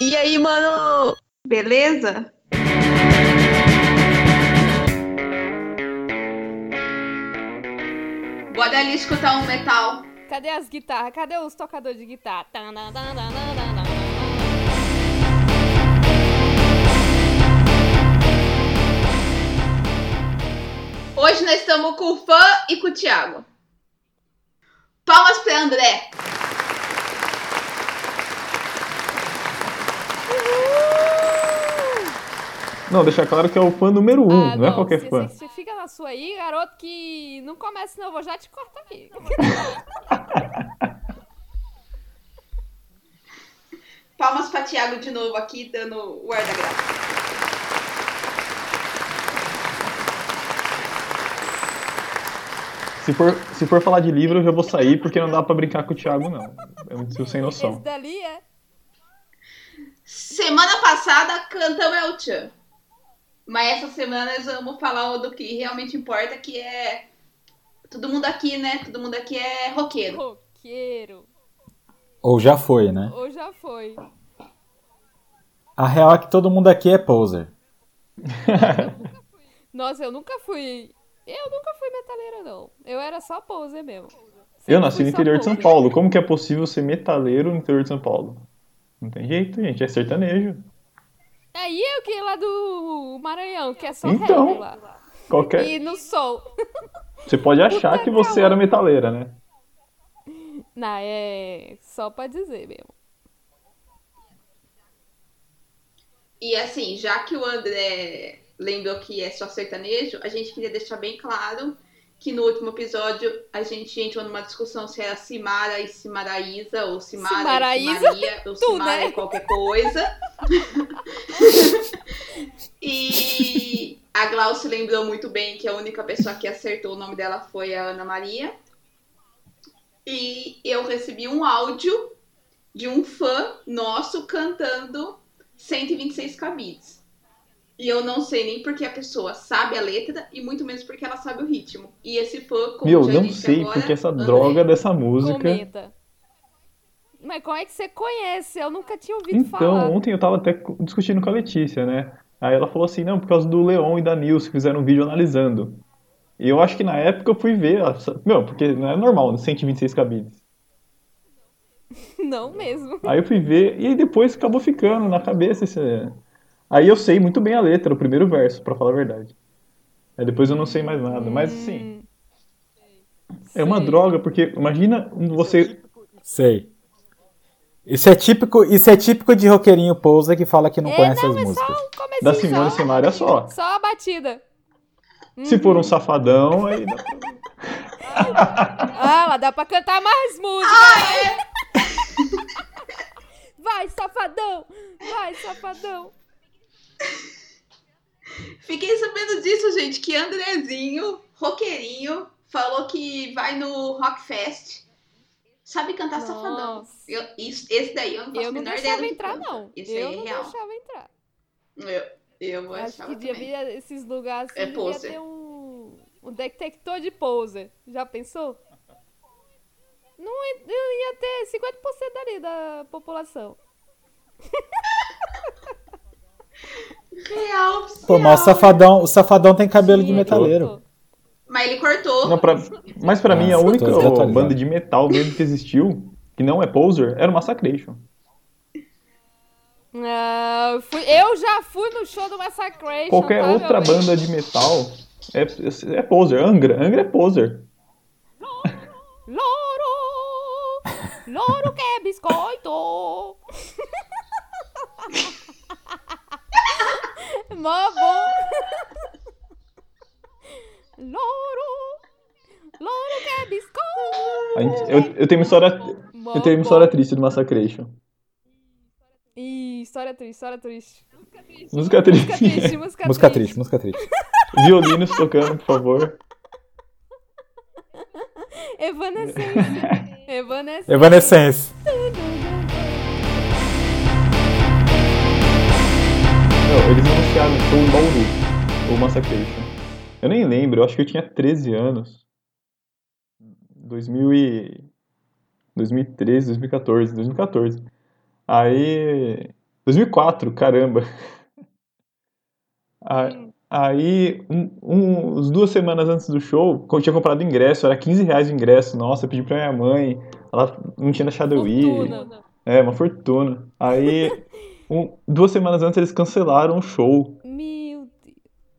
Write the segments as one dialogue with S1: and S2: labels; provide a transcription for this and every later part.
S1: E aí, mano?
S2: Beleza? Bora ali escutar um metal.
S3: Cadê as guitarras? Cadê os tocadores de guitarra? Tananana.
S2: Hoje nós estamos com o Fã e com o Thiago. Palmas para André.
S4: Não, deixar claro que é o fã número um,
S3: Ah,
S4: não, é qualquer
S3: você-
S4: fã.
S3: Você fica na sua aí, garoto, que não começa, não. Eu vou já te cortar aqui.
S2: Palmas para Thiago de novo aqui, dando o ar da graça.
S4: Se for, se for falar de livro, eu já vou sair, porque não dá pra brincar com o Thiago, não. É um tio sem
S3: Esse
S4: noção.
S3: dali é.
S2: Semana passada cantamos El Tchan. Mas essa semana nós vamos falar do que realmente importa, que é. Todo mundo aqui, né? Todo mundo aqui é roqueiro.
S3: Roqueiro.
S5: Ou já foi, né?
S3: Ou já foi.
S5: A real é que todo mundo aqui é poser.
S3: Nossa, eu nunca fui. Eu nunca fui metaleira, não. Eu era só poser mesmo. Sempre
S4: Eu nasci
S3: fui
S4: no
S3: só
S4: interior de São
S3: poser.
S4: Paulo. Como que é possível ser metaleiro no interior de São Paulo? Não tem jeito, gente. É sertanejo.
S3: Aí eu que lá do Maranhão, que é só
S4: Então.
S3: reggae lá.
S4: Qualquer.
S3: E no sol.
S4: Você pode achar que você era metaleira, né?
S3: Não, é só pra dizer mesmo.
S2: E assim, já que o André lembrou que é só sertanejo, a gente queria deixar bem claro que no último episódio a gente entrou numa discussão se era Simara e Simaraísa, ou Simara
S3: Simaraísa,
S2: e Simaria, ou
S3: tu,
S2: Simara
S3: né?
S2: e qualquer coisa. e a Glaucio lembrou muito bem que a única pessoa que acertou o nome dela foi a Ana Maria. E eu recebi um áudio de um fã nosso cantando 126 cabides. E eu não sei nem porque a pessoa sabe a letra e muito menos porque ela sabe o ritmo. E esse fã, como
S4: Meu,
S2: já
S4: não
S2: disse
S4: sei,
S2: agora,
S4: porque essa
S2: André,
S4: droga dessa música.
S3: Comenta. Mas como é que você conhece? Eu nunca tinha ouvido falar.
S4: Então, ontem eu tava até co- discutindo com a Letícia, né? Aí ela falou assim, não, por causa do Leon e da Nilce que fizeram um vídeo analisando. E eu acho que na época eu fui ver, essa- meu, porque não é normal, 126 cabides.
S3: Não mesmo.
S4: Aí eu fui ver, e aí depois acabou ficando na cabeça esse... é. Aí eu sei muito bem a letra, o primeiro verso, pra falar a verdade. Aí depois eu não sei mais nada, mas assim,
S3: Hum,
S4: é uma
S3: sei.
S4: droga, porque imagina você...
S5: Sei. Isso é típico, isso é típico de roqueirinho poser que fala que não
S3: É,
S5: conhece
S3: não,
S5: as
S3: é só
S5: músicas.
S3: um comecinho.
S4: Da Simone
S3: só.
S4: Simaria só.
S3: Só a batida.
S4: Se for um safadão, aí... dá-
S3: Ah, lá dá pra cantar mais música. Ah, é. Vai, safadão! Vai, safadão!
S2: Fiquei sabendo disso, gente, que Andrezinho, roqueirinho, falou que vai no Rockfest. Sabe cantar Ah, safadão.
S3: Nossa.
S2: Eu, isso, esse daí eu não faço
S3: Eu
S2: a
S3: não
S2: menor ideia. do
S3: deixava
S2: que
S3: entrar,
S2: canta.
S3: não.
S2: Isso
S3: eu
S2: aí é
S3: não
S2: real.
S3: deixava entrar.
S2: Eu, eu vou
S3: Acho
S2: achar
S3: que devia esses lugares assim,
S2: É
S3: devia
S2: poser.
S3: ter um, um detector de poser. Já pensou? Não i- não ia ter 50% ali da população.
S2: Real,
S5: Pô,
S3: né?
S5: mas o safadão, o safadão tem cabelo de
S3: Tinha que
S5: metaleiro.
S3: botou.
S2: Mas ele cortou.
S4: Não, pra- Mas pra mim, a
S5: Ah, tô
S4: única
S5: desatualizado.
S4: banda de metal mesmo que existiu, que não é poser, era o Massacration.
S3: Ah, eu, fui- eu já fui no show do Massacration.
S4: Qualquer
S3: tá, meu
S4: outra
S3: bem?
S4: banda de metal é, é poser. Angra. Angra é poser.
S3: Louro! Louro quer biscoito! Mó bom! Louro! Louro quer biscoito!
S4: A gente- eu, eu tenho uma história,
S3: Mó
S4: eu tenho uma
S3: bom.
S4: história triste do Massacration.
S3: Ih, história triste, história triste.
S4: Música
S3: Música
S4: triste.
S3: triste, música,
S5: Música triste, música triste.
S4: Violinos tocando, por favor.
S3: Evanescence. Evanescence.
S5: Evanescence.
S4: Não, eles anunciaram show em Bauru, o Massacration. Eu nem lembro, eu acho que eu tinha 13 anos. 2000 e... 2013, 2014, 2014. Aí 2004, caramba. A- Aí, um, um- uns duas semanas antes do show, eu tinha comprado ingresso, era 15 reais o ingresso. Nossa, eu pedi pra minha mãe, ela não tinha deixado eu ir.
S3: Fortuna.
S4: É, uma fortuna. Aí, um- duas semanas antes, eles cancelaram o show.
S3: Meu Deus.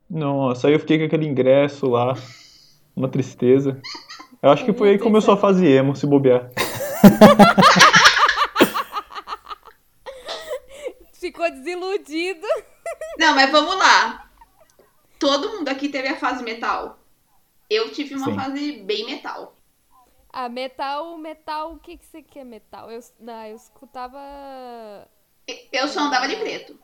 S4: Nossa, aí eu fiquei com aquele ingresso lá, uma tristeza. Eu acho que foi aí que começou a fase emo, se bobear.
S3: Ficou desiludido.
S2: Não, mas vamos lá. Todo mundo aqui teve a fase metal. Eu tive uma
S4: Sim.
S2: fase bem metal.
S3: Ah, metal, metal, o que que você quer metal? Eu, não, eu escutava...
S2: E- Eu só andava de preto.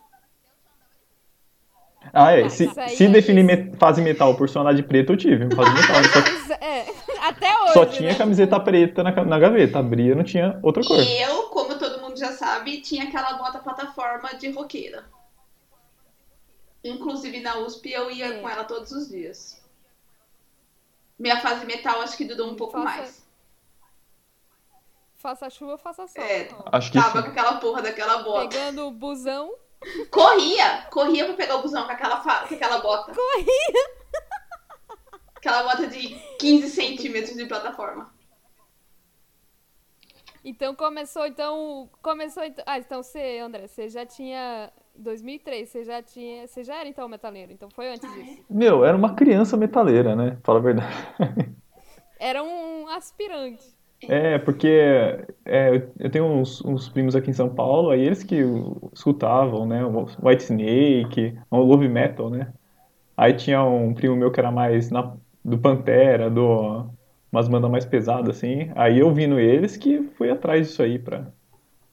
S4: Ah, é,
S3: Tá,
S4: se,
S3: isso aí
S4: se
S3: é
S4: definir
S3: isso.
S4: me- fase metal por sonar de preto, eu tive uma fase metal. Só,
S3: Mas, é, até hoje,
S4: só tinha
S3: né?
S4: camiseta preta na, ca- na gaveta, abria, não tinha outra cor.
S2: E eu, como todo mundo já sabe, tinha aquela bota plataforma de roqueira. Inclusive na USP eu ia
S3: É.
S2: com ela todos os dias. Minha fase metal acho que durou um pouco
S3: Faça-
S2: mais.
S3: Faça chuva, faça sol.
S2: É.
S4: Acho que
S2: Tava
S4: sim.
S2: com aquela porra daquela bota.
S3: Pegando o busão.
S2: Corria! Corria pra pegar o busão com aquela, fa- com aquela bota.
S3: Corria.
S2: Aquela bota de 15 centímetros de plataforma.
S3: Então começou, então... Começou, então... Ah, então você, André, você já tinha... 2003, você já tinha... Você já era, então, metaleiro. Então foi antes disso.
S4: Meu, era uma criança metaleira, né? Fala a verdade.
S3: Era um aspirante.
S4: É, porque é, eu tenho uns, uns primos aqui em São Paulo, aí eles que o- escutavam, né? o Whitesnake, o Love Metal, né? Aí tinha um primo meu que era mais na- do Pantera, do umas bandas mais pesadas, assim. Aí eu vindo eles que fui atrás disso aí pra,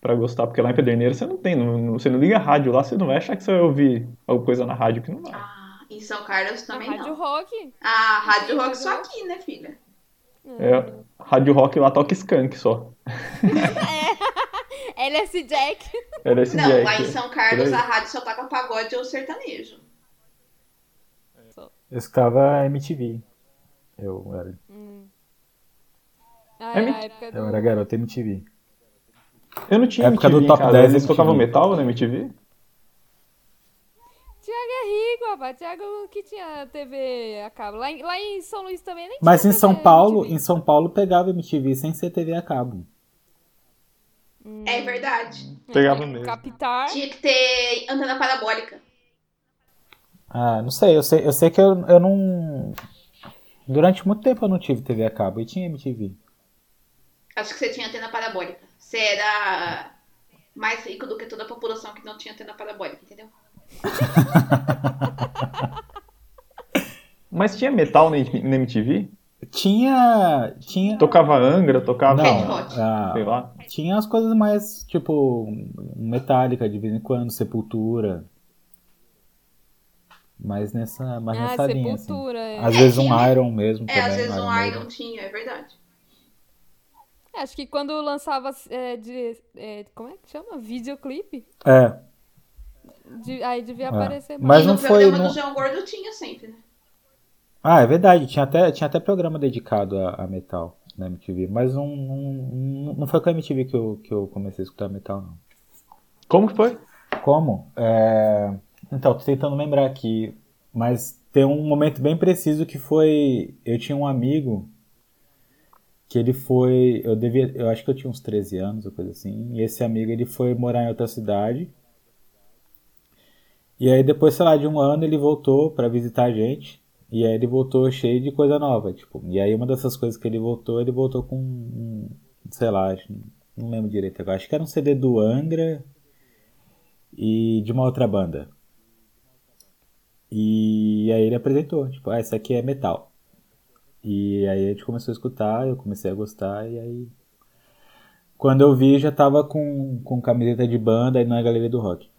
S4: pra gostar, porque lá em Pederneiras você não tem, não- não- você não liga a rádio lá, você não vai achar que você vai ouvir alguma coisa na rádio que não vai.
S2: Ah, em São Carlos
S3: Na
S2: também
S3: Rádio
S2: não.
S3: Rock.
S2: Ah, Rádio Rock só aqui, né, filha?
S4: É, rádio rock lá toca Skank só.
S3: LS Jack.
S4: LS
S2: Não, lá em
S4: Jack.
S2: São Carlos
S4: Por
S2: a
S4: aí.
S2: rádio só toca pagode ou sertanejo.
S5: Eu escutava MTV. Eu era,
S3: Ah,
S4: É
S3: é a
S4: mentira.
S3: época
S5: eu
S3: do...
S5: era garota MTV.
S4: Eu não tinha
S5: Época do
S4: MTV em
S5: Top
S4: casa,
S5: 10
S4: eles tocavam
S5: MTV.
S4: metal na MTV?
S3: Tiago é rico, rapaz. Tiago que tinha TV a cabo. Lá em, lá em São Luís também nem
S5: Mas
S3: tinha
S5: em
S3: TV
S5: São Paulo,
S3: MTV.
S5: em São Paulo pegava MTV sem ser TV a cabo.
S3: Hum.
S2: É verdade.
S4: Pegava mesmo.
S3: Capitar.
S2: Tinha que ter antena parabólica.
S5: Ah, não sei, eu sei, eu sei que eu, eu não. Durante muito tempo eu não tive TV a cabo e tinha MTV.
S2: Acho que você tinha antena parabólica. Você era mais rico do que toda a população que não tinha antena parabólica, entendeu?
S4: Mas tinha metal na na MTV?
S5: Tinha. Tinha.
S4: Tocava Angra, tocava,
S5: Não,
S2: Red Hot.
S5: ah,
S4: sei lá.
S5: tinha as coisas mais, tipo, Metallica de vez em quando, Sepultura. Mas nessa, mas
S3: Ah,
S5: nessa linha, assim.
S3: Sepultura. é.
S5: Às vezes um Iron mesmo
S2: É,
S5: também.
S2: às vezes um
S5: Maiden.
S2: Iron tinha, é verdade.
S3: É, Acho que quando lançava é, de, é, como é que chama? Videoclipe?
S5: É,
S3: De- aí devia
S5: É.
S3: aparecer
S5: Mas
S2: e
S5: não
S2: no
S5: foi-
S2: programa
S5: não-
S2: do João Gordo tinha sempre, né?
S5: Ah, é verdade. Tinha até, tinha até programa dedicado a, a metal na MTV. Mas não, não, não foi com a MTV que eu, que eu comecei a escutar metal, não.
S4: Como que foi?
S5: Como? É, Então, tô tentando lembrar aqui. Mas tem um momento bem preciso que foi. Eu tinha um amigo que ele foi. Eu devia. Eu acho que eu tinha uns 13 anos ou coisa assim. E esse amigo ele foi morar em outra cidade. E aí depois, sei lá, de um ano ele voltou pra visitar a gente. E aí ele voltou cheio de coisa nova, tipo. E aí uma dessas coisas que ele voltou, ele voltou com um, sei lá, acho- não lembro direito agora. Acho que era um CD do Angra e de uma outra banda. E aí ele apresentou, tipo, ah, isso aqui é metal. E aí a gente começou a escutar, eu comecei a gostar, e aí. Quando eu vi, já tava com, com camiseta de banda e na galeria do rock.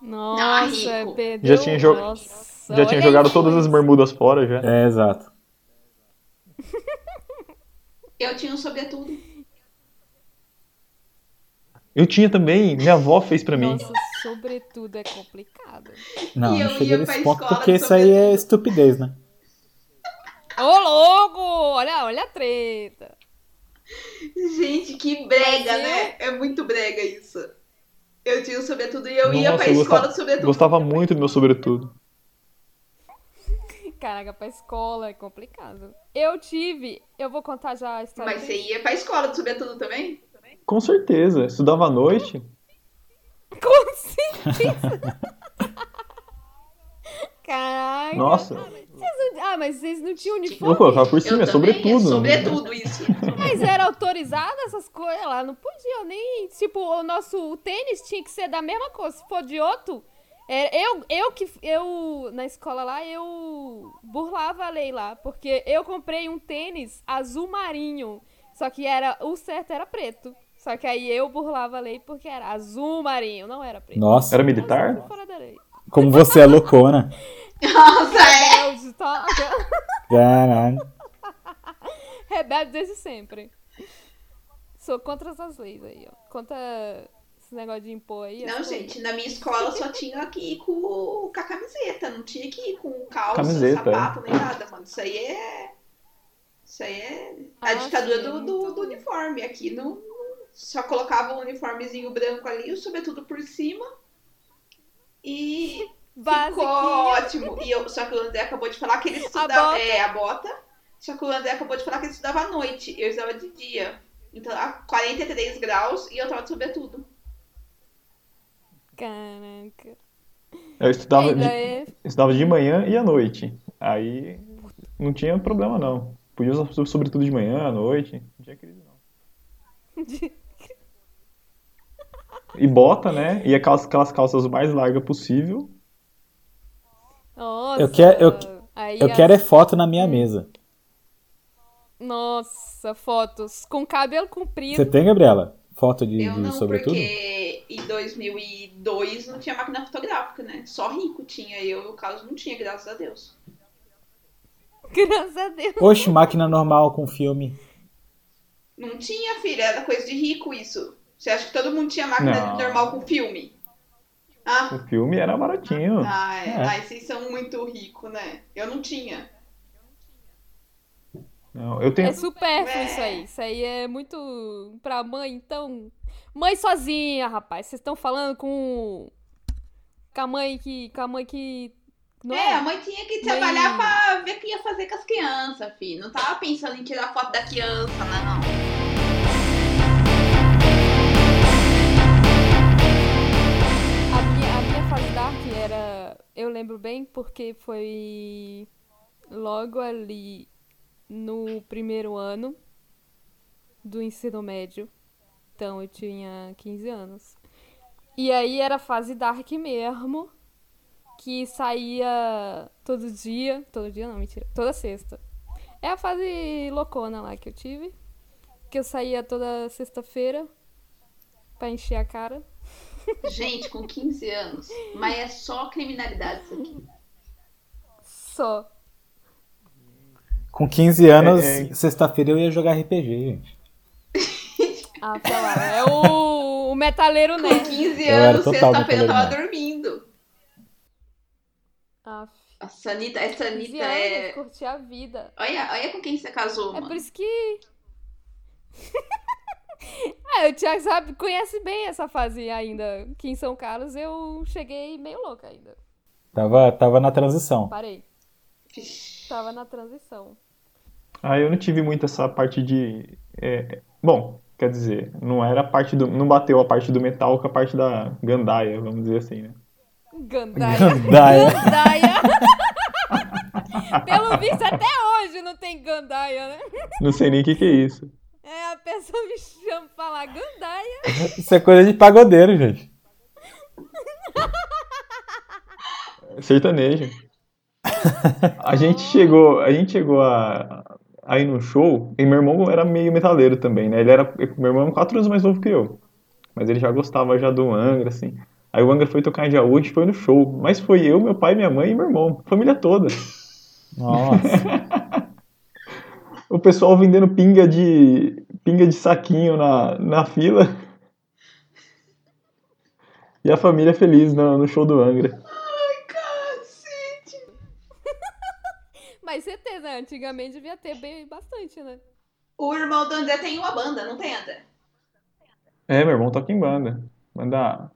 S3: Nossa,
S2: rico.
S3: perdeu.
S4: Já tinha jo-
S3: Nossa,
S4: Já tinha
S3: olha
S4: jogado
S3: isso.
S4: todas as bermudas fora já.
S5: É, exato.
S2: Eu tinha um sobretudo.
S4: Eu tinha também, minha avó fez pra mim.
S3: Nossa, sobretudo é complicado.
S5: Não,
S2: E eu
S5: não
S2: ia
S5: cheguei
S2: pra
S5: nesse ponto
S2: escola
S5: porque
S2: de
S5: isso aí é
S2: sobretudo.
S5: estupidez, né?
S3: Ô, louco! Olha, olha a treta.
S2: Gente, que brega,
S3: Mas eu-
S2: né? É muito brega é isso. Eu tinha um sobretudo e eu
S4: Nossa,
S2: ia pra
S4: eu
S2: escola
S4: gostava-
S2: do sobretudo.
S4: Gostava muito do meu sobretudo.
S3: Caraca, pra escola é complicado. Eu tive. Eu vou contar já a história.
S2: Mas
S3: triste.
S2: você ia pra escola do sobretudo também?
S4: Com certeza. Estudava à noite.
S3: Com certeza. Caraca.
S4: Nossa.
S3: Vocês não- Ah, mas vocês não tinham
S4: Eu
S3: uniforme?
S4: colocava por cima,
S2: eu
S4: é sobretudo.
S2: É
S4: né?
S2: sobretudo isso.
S3: Mas era autorizado essas coisas lá? Não podia nem. Tipo, o nosso tênis tinha que ser da mesma cor. Se for de outro. é, eu, eu que. Eu. Na escola lá, eu burlava a lei lá. Porque eu comprei um tênis azul marinho. Só que era. O certo era preto. Só que aí eu burlava a lei porque era azul marinho, não era preto.
S5: Nossa,
S4: Era
S3: Eu sempre
S4: militar?
S3: fora da lei.
S5: como você é loucona.
S2: Nossa, é.
S3: Rebelde, tá?
S5: Caralho.
S3: Rebelde desde sempre. Sou contra essas leis aí, ó. Contra esse negócio de impor aí.
S2: Não,
S3: essas leis.
S2: gente, na minha escola só tinha que ir com, com a camiseta, não tinha que ir com calça,
S4: Camiseta,
S2: sapato, nem nada, mano. Isso aí é. Isso aí é. A
S3: Ah,
S2: ditadura
S3: sim, é
S2: do,
S3: muito
S2: do, do
S3: ruim.
S2: uniforme. Aqui não. Só colocava o uniformezinho branco ali, o sobretudo por cima. E ficou
S3: Basiquinha.
S2: ótimo. E eu, só que o André acabou de falar que ele estudava.
S3: bota.
S2: É, a bota. Só que o André acabou de falar que ele estudava à noite. Eu estudava de dia. Então, a 43 graus e eu tava de sobretudo.
S3: Caraca.
S4: Eu
S5: Tá
S4: estudava
S3: Ainda
S4: de,
S3: é...
S4: estudava de manhã e à noite. Aí não tinha problema, não. Podia usar so- sobretudo de manhã, à noite. Não tinha crise, não. E bota, né? E aquelas, aquelas calças mais largas possível.
S3: Nossa.
S5: Eu quero- eu-
S3: Aí
S5: Eu
S3: as-
S5: quero é foto na minha mesa.
S3: Nossa, fotos. Com cabelo comprido.
S5: Você tem, Gabriela? Foto de,
S2: Eu
S5: de
S2: não,
S5: Uhum, sobretudo?
S2: porque em 2002 não tinha máquina fotográfica, né? Só rico tinha. Eu, no caso, não tinha, graças a Deus.
S3: Graças a Deus.
S5: Oxe, máquina normal com filme.
S2: Não tinha, filha. Era coisa de rico isso. Você acha que todo mundo tinha máquina
S4: Não.
S2: normal com filme? Ah,
S4: O filme era baratinho.
S2: ah, é.
S5: É.
S2: Ah, vocês são muito ricos, né? Eu não tinha.
S4: Não, eu tenho.
S3: É supérfluo
S2: É.
S3: isso aí. Isso aí é muito pra mãe, então. Mãe sozinha, rapaz. Vocês estão falando com. Com a mãe que. Com a mãe que. Não
S2: é,
S3: é?
S2: a mãe tinha que
S3: Mãe-
S2: trabalhar pra ver o que ia fazer com as crianças, filho. Não tava pensando em tirar foto da criança, né, não.
S3: A minha, a minha fase dark era. Eu lembro bem porque foi logo ali no primeiro ano do ensino médio. Então eu tinha 15 anos. E aí era a fase dark mesmo. Que saía todo dia. Todo dia não, mentira. Toda sexta. É a fase loucona lá que eu tive. Que eu saía toda sexta-feira pra encher a cara.
S2: Gente, com 15 anos. Mas é só criminalidade isso aqui.
S3: Só.
S5: Com 15 anos,
S4: É, é.
S5: sexta-feira eu ia jogar RPG, gente.
S3: Ah, sei lá. É o, o metaleiro
S2: Com
S3: nerd.
S2: 15
S5: Eu era
S2: anos,
S5: total
S2: sexta-feira eu tava
S5: metaleiro,
S2: dormindo.
S3: Ah,
S2: Nossa, a Anitta, essa Anitta
S3: Viana,
S2: é.
S3: curtir a vida.
S2: Olha, olha com quem você casou,
S3: É
S2: mano.
S3: por isso que. ah, o Thiago sabe, conhece bem essa fase ainda. Que em São Carlos eu cheguei meio louca ainda.
S5: Tava, tava na transição.
S3: Parei. Tava na transição.
S4: Ah, eu não tive muito essa parte de. é, Bom, quer dizer, não era a parte do. Não bateu a parte do metal com a parte da gandaia, vamos dizer assim, né?
S3: Gandaia.
S5: Gandaia.
S3: Gandaia. Pelo visto, até hoje não tem gandaia, né?
S4: Não sei nem o que, que é isso.
S3: É, a pessoa me chama pra falar gandaia.
S5: Isso é coisa de pagodeiro, gente.
S4: Sertanejo. A gente chegou, a gente chegou a, a ir num show, e meu irmão era meio metaleiro também, né? Ele era, meu irmão é quatro anos mais novo que eu, mas ele já gostava já do Angra, assim. Aí o Angra foi tocar em Jaú, a gente foi no show, mas foi eu, meu pai, minha mãe e meu irmão, família toda.
S5: Nossa.
S4: O pessoal vendendo pinga de pinga de saquinho na, na fila. E a família feliz no, no show do Angra.
S3: Mas certeza, né? antigamente devia ter bem bastante, né?
S2: O irmão do André tem uma banda, não tem, André?
S4: É, meu irmão toca em banda. Banda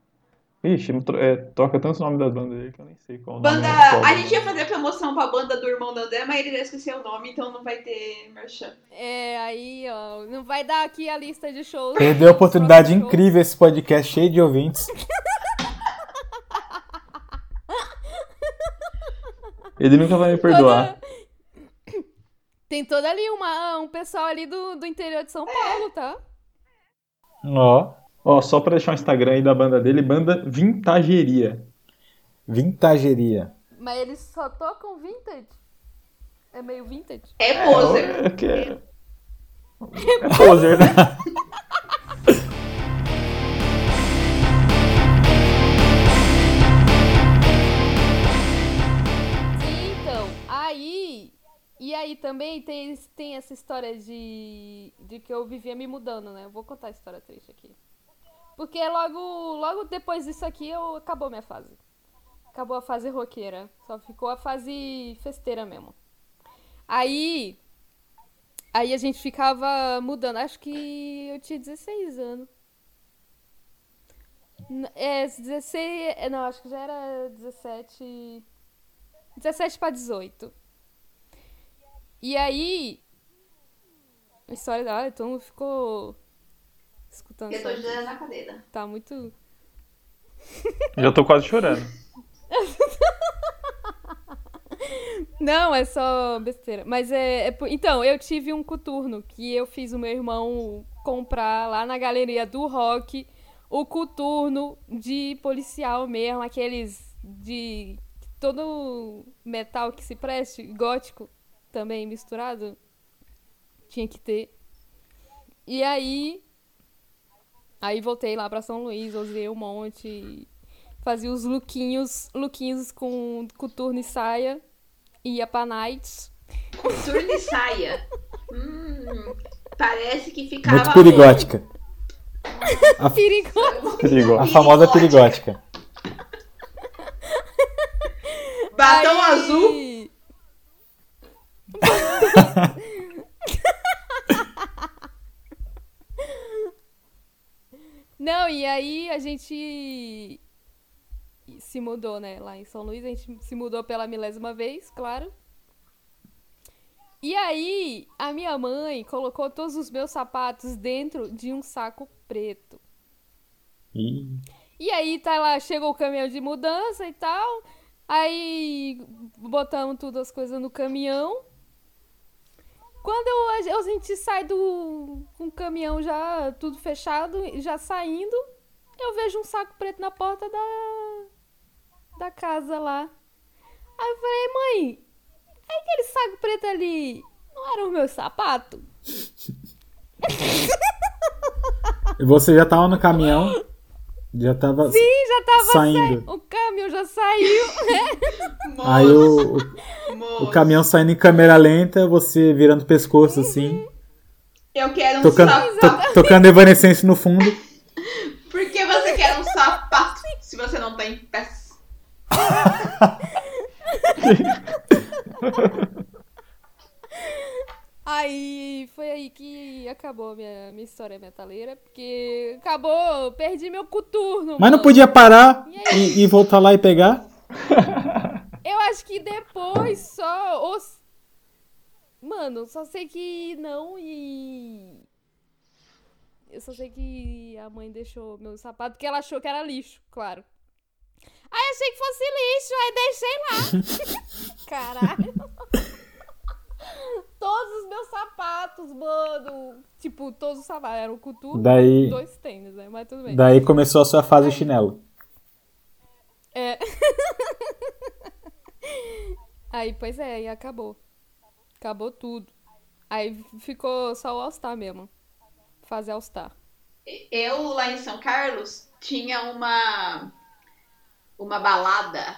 S4: Ixi, ele tro- é, troca tantos nomes das bandas dele que eu nem sei qual o nome
S2: Banda.
S4: é foda.
S2: A gente ia fazer a promoção pra banda do irmão do André, mas ele já esqueceu o nome, então não vai ter merchan.
S3: É, aí, ó, não vai dar aqui a lista de shows.
S5: Perdeu a oportunidade
S3: Shows.
S5: incrível esse podcast cheio de ouvintes.
S4: Ele nunca vai me perdoar.
S3: Toda- Tem todo ali uma, um pessoal ali do, do interior de São Paulo, tá?
S5: Ó,
S4: Ó, só pra deixar o Instagram aí da banda dele, banda Vintageria.
S5: vintageria.
S3: Mas eles só tocam vintage. É meio vintage.
S2: É poser.
S4: É, que é... é poser, né?
S3: Sim, então, aí. E aí também tem, tem essa história de, de que eu vivia me mudando, né? Eu vou contar a história triste aqui. Porque logo, logo depois disso aqui eu acabou minha fase. Acabou a fase roqueira. Só ficou a fase festeira mesmo. Aí. Aí a gente ficava mudando. Acho que eu tinha 16 anos. N- É, 16. é, Não, acho que já era 17. 17 pra 18. E aí. A história da. Olha, todo mundo ficou. Escutando.
S2: Eu tô
S3: só-
S2: girando na cadeira.
S3: Tá muito.
S4: Já tô quase chorando.
S3: Não, é só besteira. Mas é, é por- Então, eu tive um coturno que eu fiz o meu irmão comprar lá na galeria do rock. O coturno de policial mesmo, aqueles de. Todo metal que se preste, gótico também misturado. Tinha que ter. E aí. Aí voltei lá pra São Luís, usei um monte. Fazia os lookinhos, lookinhos com coturno e saia ia pra nights.
S2: Turno e saia. Hum, parece que ficava.
S5: Muito perigótica.
S3: Perigo.
S4: Perigoso.
S5: A famosa perigótica.
S2: Batom
S3: Aí-
S2: azul.
S3: Não, e aí a gente se mudou, né? Lá em São Luís, a gente se mudou pela milésima vez, claro. E aí, a minha mãe colocou todos os meus sapatos dentro de um saco preto.
S5: Ih,
S3: E aí tá lá, chegou o caminhão de mudança e tal. Aí botamos todas as coisas no caminhão. Quando eu, a gente sai do com o caminhão já tudo fechado, já saindo, eu vejo um saco preto na porta da da casa lá. Aí eu falei, mãe, é aquele saco preto ali não era o meu sapato?
S5: E você já tava no caminhão. Já tava
S3: Sim, já tava
S5: saindo.
S3: sa- O caminhão já saiu.
S5: Aí o, o,
S2: Moço,
S5: o caminhão saindo em câmera lenta, você virando o pescoço assim,
S3: Uhum.
S2: Eu quero um
S5: tocando,
S2: sapato.
S5: to, tocando Evanescence no fundo.
S2: Por que você quer um sapato se você não tem pés?
S3: Aí foi aí que acabou a minha, minha história metaleira, porque acabou, eu perdi meu coturno.
S5: Mas não
S3: mano.
S5: podia parar e, e voltar lá e pegar?
S3: Eu acho que depois só. os- Mano, só sei que não e. Eu só sei que a mãe deixou meu sapato porque ela achou que era lixo, claro. Aí achei que fosse lixo, aí deixei lá. Caralho. todos os meus sapatos, mano. Tipo, todos os sapatos. Era o couture,
S5: Daí-
S3: dois tênis, né? Mas tudo bem.
S5: Daí começou a sua fase chinelo.
S3: Aí, pois é, aí acabou. Acabou tudo. Aí ficou só o All-Star mesmo. Fazer All-Star.
S2: Eu, lá em São Carlos, tinha uma, uma balada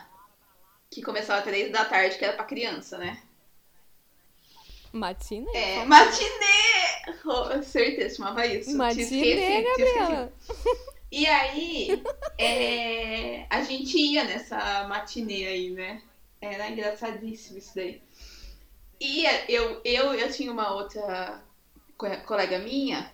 S2: que começava às três da tarde, que era pra criança, né?
S3: Matina?
S2: É, matinê! Oh, certeza, chamava isso. Te
S3: Matinê,
S2: esqueci, te esqueci.
S3: Gabriela.
S2: E aí, é, a gente ia nessa matinê aí, né? Era engraçadíssimo isso daí. E eu, eu, eu tinha uma outra co- colega minha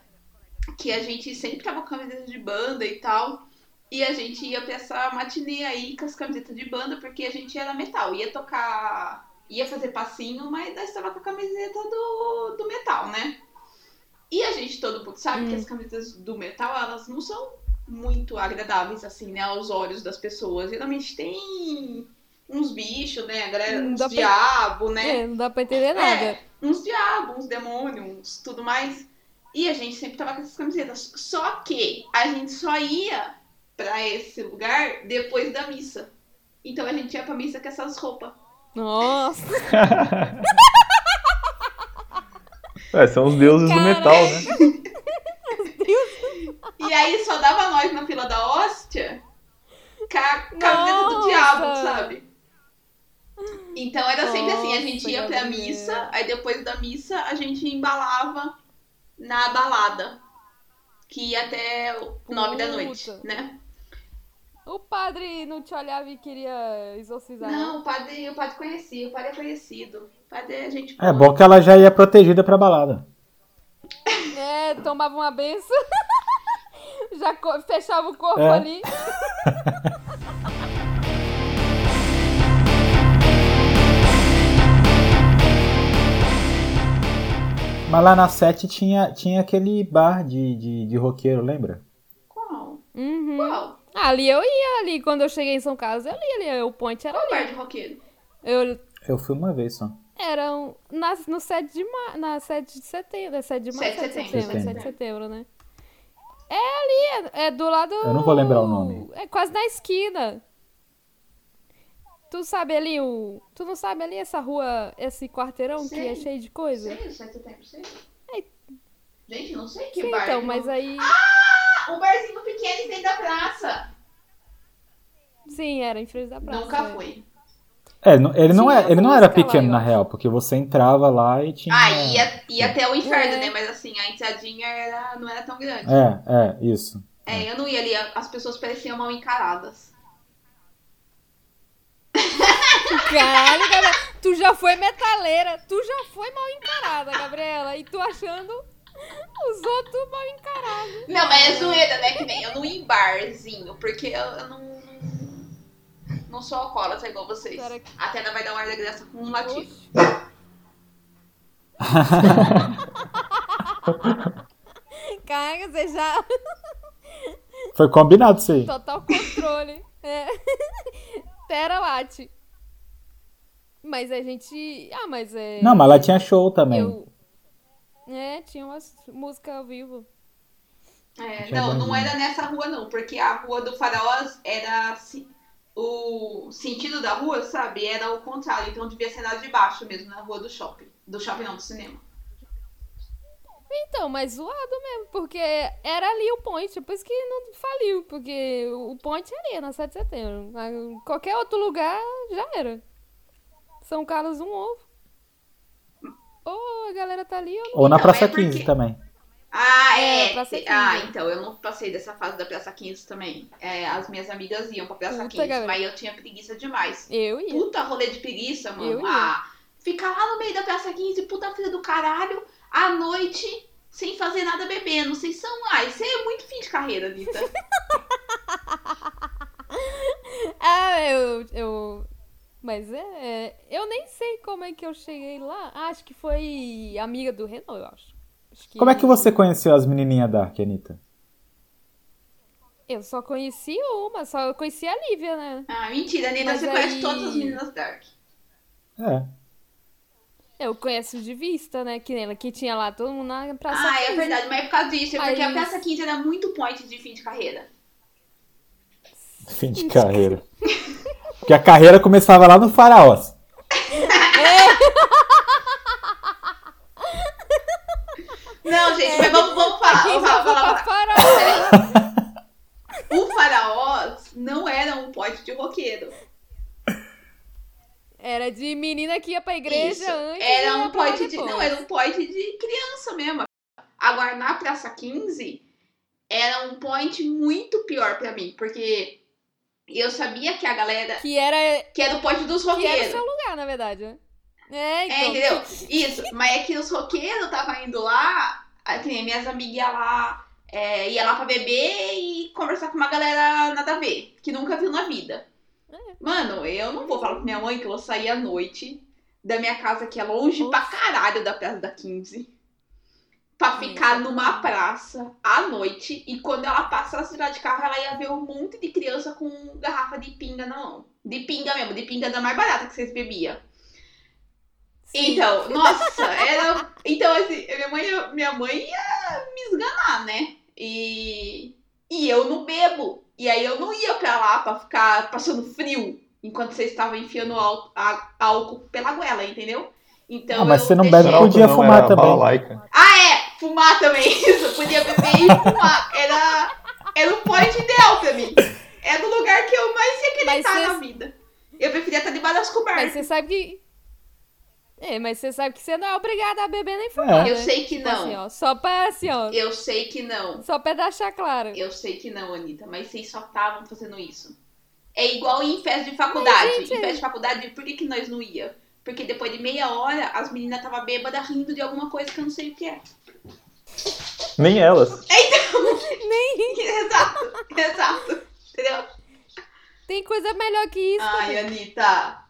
S2: que a gente sempre tava com a camisa de banda e tal. E a gente ia pra essa matinê aí com as camisetas de banda, porque a gente era metal. Ia tocar, ia fazer passinho, mas nós tava com a camiseta do, do metal, né? E a gente, todo mundo sabe
S3: Hum.
S2: que as camisetas do metal, elas não são muito agradáveis, assim, né, aos olhos das pessoas. Geralmente tem uns bichos, né, a galera, uns
S3: Não Hum, dá pra-
S2: diabo, né?
S3: É, não dá pra entender
S2: É,
S3: nada.
S2: uns diabos, uns demônios, uns tudo mais. E a gente sempre tava com essas camisetas. Só que a gente só ia pra esse lugar depois da missa. Então a gente ia pra missa com essas roupas.
S3: Nossa,
S4: É, são os deuses do
S3: Cara,
S4: metal, né?
S2: E aí só dava nós na fila da hóstia com a camiseta do
S3: Nossa!
S2: diabo, sabe? Então era sempre assim, a gente
S3: Nossa,
S2: ia pra
S3: Gabriel.
S2: missa, aí depois da missa a gente embalava na balada. Que ia até nove da noite,
S3: Puta.
S2: né?
S3: o padre não te olhava e queria exorcizar.
S2: Não, o padre, o padre conhecia, o padre é conhecido. O padre é gente
S5: É bom que ela já ia protegida pra balada.
S3: É, tomava uma benção. Já co- fechava o corpo
S5: É.
S3: ali.
S5: Mas lá na 7 tinha, tinha aquele bar de, de, de roqueiro, lembra?
S2: Qual?
S3: Uhum.
S2: Qual?
S3: Ali eu ia ali. Quando eu cheguei em São Carlos, eu ia ali. O ponte era
S2: Qual
S3: ali.
S2: bar de roqueiro?
S3: Eu
S5: Eu fui uma vez só.
S3: eram nas, no 7 de ma... na 7 de setembro, é 7 de março, 7 de setembro, é 7 de setembro, né? É ali, é, é do lado
S5: Eu não vou lembrar o nome.
S3: É quase na esquina. Tu sabe ali o, tu não sabe ali essa rua, esse quarteirão que é
S2: Sei.
S3: cheio de coisa?
S2: Sei, o 7 de setembro, sei. Gente, não sei que
S3: Sim,
S2: bar.
S3: então,
S2: não.
S3: mas aí
S2: Ah, um barzinho pequeno em frente da praça.
S3: sim, era em frente da praça.
S2: Nunca
S3: é.
S2: fui.
S5: É, não- ele, não,
S3: Tinha
S5: é, ele não
S3: essa música
S5: era
S3: lá,
S5: pequeno,
S3: eu
S5: na
S3: acho.
S5: real, porque você entrava lá e tinha.
S2: Ah, ia, ia até o inferno,
S3: É.
S2: né? Mas assim, a entradinha era, não era tão grande.
S5: É, é, isso.
S2: É. eu não ia ali, as pessoas pareciam mal encaradas.
S3: Caralho, Gabriela, tu já foi metaleira, tu já foi mal encarada, Gabriela, e tu achando os outros mal encarados.
S2: Não, mas é zoeira, né? Que nem eu não ia em barzinho, porque eu, eu não. Não sou alcoólatra igual vocês.
S3: Cara,
S2: A Tena vai dar uma hora da graça com um latido.
S3: Oxe. Caraca, você já.
S5: Foi combinado isso aí.
S3: Total tá controle. É. Pera, late. Mas a gente. Ah, mas é.
S5: Não, mas lá tinha show também.
S3: eu... É, tinha umas músicas ao vivo.
S2: É,
S5: Tinha
S2: não, não
S5: banheiro.
S2: era nessa rua não, porque a rua do Faraós era assim, o sentido da rua, sabe? Era o contrário, então devia ser lá de baixo mesmo, na rua do shopping. Do shopping não, do cinema.
S3: Então, mas zoado mesmo, porque era ali o ponte, por isso que não faliu, porque o ponte era ali, é na 7 de setembro. Mas Qualquer outro lugar já era. São Carlos, um ovo. Ou a galera tá ali, ou
S5: Ou na
S2: Então,
S5: Praça
S2: é porque-
S5: 15 também.
S2: Ah, é.
S3: É, Praça 15.
S2: ah, então, eu não passei dessa fase da Praça 15 também. É, as minhas amigas iam pra Praça
S3: Puta,
S2: 15,
S3: Gabi.
S2: mas eu tinha preguiça demais.
S3: não. Eu ia.
S2: Puta rolê de preguiça,
S3: Eu
S2: mano.
S3: ia.
S2: Ah, ficar lá no meio da Praça 15, puta filha do caralho, à noite, sem fazer nada bebendo. Vocês são. Ai, você é muito fim de carreira, Anitta.
S3: Ah, eu, eu. Mas é, é, Eu nem sei como é que eu cheguei lá. Ah, acho que foi amiga do Renan, eu acho. Acho que-
S5: Como é que você conheceu as menininhas Dark, Anitta?
S3: Eu só conheci uma, só eu conheci a Lívia, né?
S2: Ah, mentira, Anitta,
S3: Mas
S2: você
S3: aí-
S2: conhece todas as meninas Dark.
S5: É.
S3: Eu conheço de vista, né? Que, nem- que tinha lá todo mundo na praça.
S2: ah, é
S3: 15.
S2: verdade, mas é por causa disso, é porque a
S3: Mas-
S2: Praça 15 era muito point de fim de carreira.
S5: Fim de carreira. Porque a carreira começava lá no Faraós.
S2: Não, gente, mas vamos, vamos falar,
S3: É. Quem
S2: vamos
S3: só
S2: falar,
S3: foi
S2: vamos
S3: pra
S2: falar.
S3: fora?
S2: O Faraós não era um pote de roqueiro.
S3: Era de menina que ia pra igreja
S2: Isso.
S3: antes. e
S2: Era
S3: ia
S2: um
S3: pra lá
S2: pote de.
S3: depois.
S2: Não, era um pote de criança mesmo. Agora, na Praça 15, era um point muito pior pra mim, porque eu sabia que a galera.
S3: Que era,
S2: que era o point dos
S3: que era o
S2: roqueiros.
S3: seu lugar, na verdade. né? É,
S2: É,
S3: então.
S2: entendeu? Isso, mas é que os roqueiros estavam indo lá, ah, que nem minhas amigas lá, É, ia lá pra beber e conversar com uma galera nada a ver, que nunca viu na vida.
S3: É.
S2: Mano, eu não vou falar pra minha mãe que eu vou sair à noite da minha casa, que é longe
S3: Nossa.
S2: pra caralho da Praça da 15, pra
S3: Sim,
S2: ficar
S3: isso é
S2: numa
S3: verdade.
S2: lá à noite. E quando ela passasse lá de carro, ela ia ver um monte de criança com garrafa de pinga na mão. De pinga mesmo, de pinga da mais barata que vocês bebiam.
S3: Sim.
S2: Então, nossa, era. Então, assim, minha mãe, ia- minha mãe ia me esganar, né? E, e eu não bebo. E aí eu não ia pra lá pra ficar passando frio enquanto vocês estavam enfiando ál- a- álcool pela goela, entendeu? Então.
S5: Ah, mas
S2: eu
S5: você não
S2: deixei-
S5: bebe por dia. podia
S4: não,
S5: fumar
S4: era
S5: também.
S4: balalaica.
S2: Ah, é! Fumar também, isso. Eu podia beber e fumar. Era, era o point ideal pra mim. Era o lugar que eu mais ia querer
S3: Mas
S2: estar na
S3: vocês-
S2: vida. Eu preferia estar debaixo das
S3: Mas
S2: cobertas.
S3: você sabe que. É, mas você sabe que você não é obrigada a beber nem fumar.
S5: É.
S2: Eu
S3: né?
S2: sei que
S3: Tipo assim,
S2: não.
S3: ó, só pra assim, ó.
S2: Eu sei que não.
S3: Só pra deixar claro.
S2: Eu sei que não, Anitta, mas vocês só estavam fazendo isso. É igual em festa de faculdade.
S3: gente,
S2: Em festa de faculdade, por que, que nós não ia? Porque depois de meia hora, as meninas estavam bêbadas rindo de alguma coisa que eu não sei o que é.
S4: Nem elas.
S2: Exato, exato. Entendeu?
S3: Tem coisa melhor que isso.
S2: Ai, Anitta.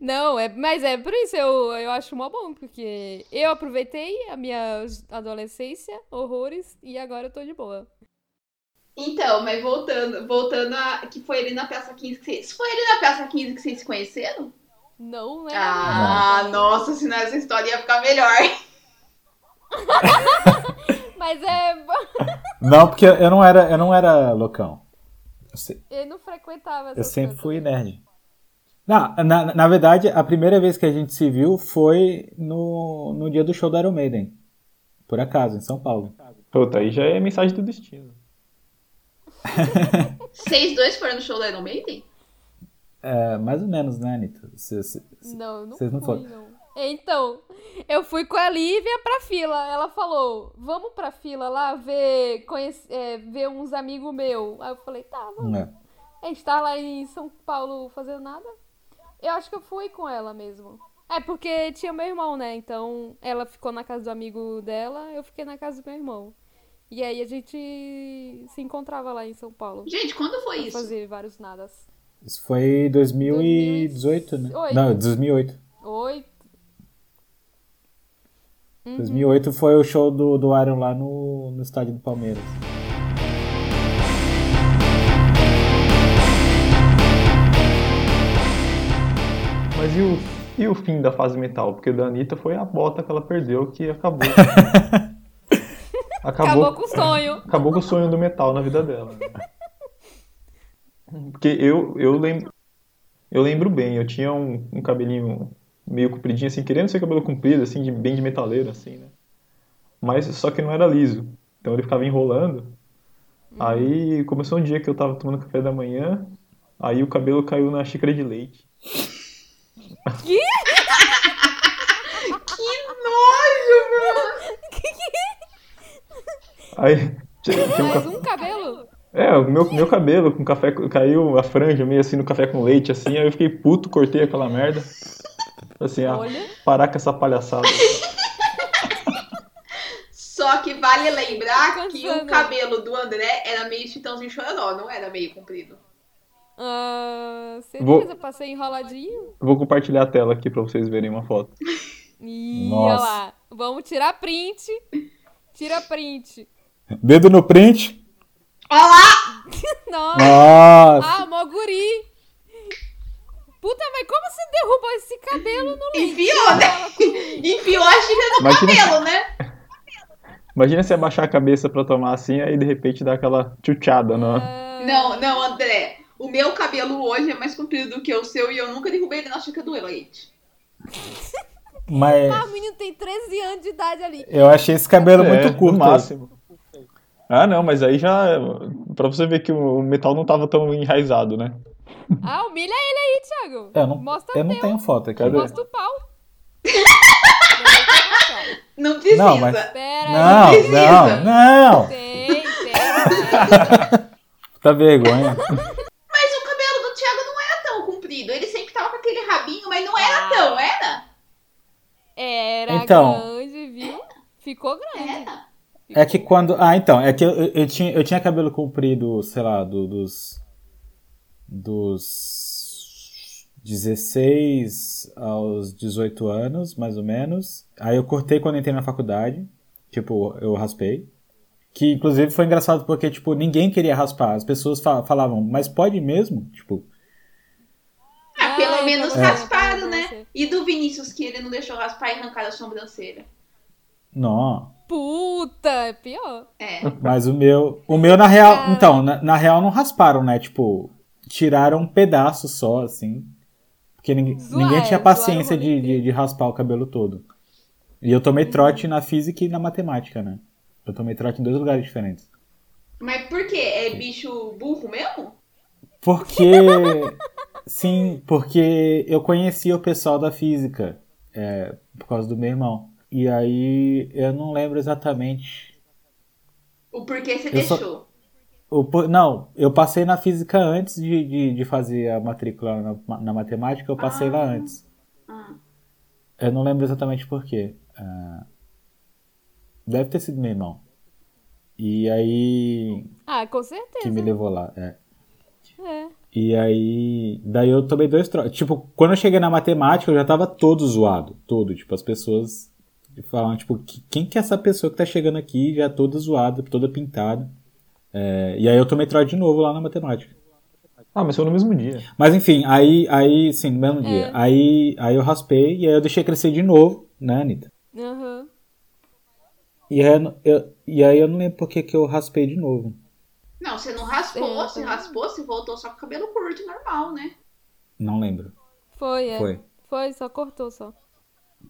S3: Não, é, mas é por isso eu, eu acho mó bom, porque eu aproveitei a minha adolescência, horrores, e agora eu tô de boa.
S2: Então, mas voltando, voltando a que foi ele na Praça 15 que vocês. Foi ele na Praça 15 que vocês se conheceram?
S3: Não é.
S2: Ah, nossa, senão essa história ia ficar melhor.
S3: Mas é. bo-
S5: Não, porque eu não era, eu não era loucão. Eu, se-
S3: Eu não frequentava
S5: eu
S3: essas
S5: sempre
S3: coisas.
S5: fui nerd. Não, na, na verdade, a primeira vez que a gente se viu foi no, no dia do show do Iron Maiden. Por acaso, em São Paulo.
S4: Puta, aí já é mensagem do destino.
S2: Vocês dois foram no show do Iron Maiden?
S5: É, mais ou menos, né, Anitta? Você- você-
S3: Não, eu não
S5: Vocês não
S3: fui, não. Então, eu fui com a Lívia pra fila. Ela falou, vamos pra fila lá ver, conhece- é, ver uns amigos meus. Aí eu falei, tá, vamos.
S5: é.
S3: A gente tá lá em São Paulo fazendo nada. Eu acho que eu fui com ela mesmo. É porque tinha meu irmão, né? Então ela ficou na casa do amigo dela, eu fiquei na casa do meu irmão. E aí a gente se encontrava lá em São Paulo.
S2: Gente, quando foi
S3: pra
S2: isso?
S3: Fazer vários nadas.
S5: Isso foi em 2018, né?
S3: 2008.
S5: Não, 2008.
S3: Oi,
S5: 2008 foi o show do, do Iron lá no, no estádio do Palmeiras.
S4: Mas e o, e o fim da fase metal? Porque da Anitta foi a bota que ela perdeu que acabou.
S3: acabou,
S4: acabou,
S3: com o sonho.
S4: acabou com o sonho do metal na vida dela. né? Porque eu, eu lembro. Eu lembro bem, eu tinha um, um cabelinho meio compridinho, assim, querendo ser cabelo comprido, assim, de- bem de metaleiro, assim, né? Mas só que não era liso. Então ele ficava enrolando. Aí começou um dia que eu tava tomando café da manhã, aí o cabelo caiu na xícara de leite.
S2: Que nojo, meu!
S4: Aí tinha, tinha um
S3: Mais
S4: café.
S3: um cabelo?
S4: É, o meu, meu cabelo com café co- caiu a franja meio assim no café com leite, assim, aí eu fiquei puto, cortei aquela merda. Assim, ah,
S3: Olha.
S4: parar com essa palhaçada.
S2: Só que vale lembrar que o
S3: Cansando.
S2: cabelo do André era meio chitãozinho chororó, não era meio comprido.
S3: Ah, certeza,
S4: Vou-
S3: passei enroladinho.
S4: Vou compartilhar a tela aqui pra vocês verem uma foto.
S3: Ih, olha
S5: Nossa.
S3: lá. Vamos tirar print. Tira print.
S5: Dedo no print.
S2: Olha lá!
S3: Nossa.
S5: Nossa!
S3: Ah, mó guri. Puta, mas como você derrubou esse cabelo no leite?
S2: Enfiou, né? Enfiou a xícara no
S4: Imagina-
S2: cabelo, né?
S4: Imagina se abaixar a cabeça pra tomar assim, aí de repente dá aquela tchutchada né? na.
S2: Não, não, André. O meu cabelo hoje é mais comprido do que o seu e eu nunca derrubei ele na xícara do leite.
S5: Mas
S3: Ah, o menino tem 13 anos de idade ali.
S5: eu achei esse cabelo
S4: É,
S5: muito
S4: no
S5: curto.
S4: máximo. Ah, não, mas aí já. Pra você ver que o metal não tava tão enraizado, né?
S3: Ah, humilha ele aí, Thiago.
S5: Eu não,
S3: Mostra,
S5: eu não tenho foto aqui.
S4: Cadê?
S3: mostra o pau. Não,
S2: Não precisa.
S5: Não, mas-
S3: Pera
S5: Não,
S3: aí.
S2: precisa.
S5: não, não!
S3: Tem, tem, tem.
S5: Tá vergonha.
S2: Mas o cabelo do Thiago não era tão comprido. Ele sempre tava com aquele rabinho, mas não era tão, era?
S3: Era
S5: Então.
S3: grande, viu? Ficou grande.
S2: Era.
S3: Ficou
S5: É que quando. Ah, então. É que eu, eu- eu tinha, eu tinha cabelo comprido, sei lá, do- dos. Dos. 16 aos 18 anos, mais ou menos. Aí eu cortei quando entrei na faculdade. Tipo, eu raspei. Que inclusive foi engraçado porque, tipo, ninguém queria raspar. As pessoas fa- falavam, mas pode mesmo? Tipo,
S2: Ah, pelo
S3: eu
S2: menos
S3: tava-
S2: raspado,
S3: tava
S2: né?
S3: pensando.
S2: E do Vinícius, que ele não deixou raspar e arrancar a sobrancelha.
S5: não.
S3: Puta, é pior.
S2: É.
S5: Mas o meu. O meu, na real.
S3: Cara.
S5: Então, na, na real não rasparam, né? Tipo, tiraram um pedaço só, assim. Porque ninguém,
S3: Zoaram,
S5: ninguém tinha
S3: zoaram o
S5: paciência
S3: rolê Uhum.
S5: de, de,
S3: inteiro.
S5: de raspar o cabelo todo. E eu tomei trote na física e na matemática, né? Eu tomei trote em dois lugares diferentes.
S2: Mas por quê? É bicho burro mesmo?
S5: Porque. sim, porque eu conhecia o pessoal da física. é, por causa do meu irmão. E aí eu não lembro exatamente
S2: O porquê você
S5: Eu
S2: deixou?
S5: só- O po- não, eu passei na física antes de, de, de fazer a matrícula na, ma- na matemática, eu passei lá antes.
S2: Ah.
S5: Eu não lembro exatamente por quê. Ah, deve ter sido meu irmão. E aí.
S3: Ah, com
S5: Que
S3: certeza.
S5: me levou lá. é.
S3: É.
S5: E aí. Daí eu tomei dois troços. Tipo, quando eu cheguei na matemática, eu já tava todo zoado. Todo. Tipo, as pessoas falavam, tipo, "Que- quem que é essa pessoa que tá chegando aqui já toda zoada, toda pintada? É, e aí eu tomei trote de novo lá na matemática.
S4: Ah, mas foi no mesmo dia.
S5: Mas enfim, aí, aí sim, no mesmo
S3: É.
S5: dia. Aí, aí eu raspei e aí eu deixei crescer de novo, né, Anitta?
S3: Aham.
S5: E aí eu, não- eu- e aí eu não lembro por que que eu raspei de novo.
S2: Não, você não raspou,
S3: É,
S2: você
S3: tá.
S2: raspou, você voltou só com cabelo curto, normal, né?
S5: Não lembro.
S3: Foi, é.
S5: Foi.
S3: Foi, só cortou só.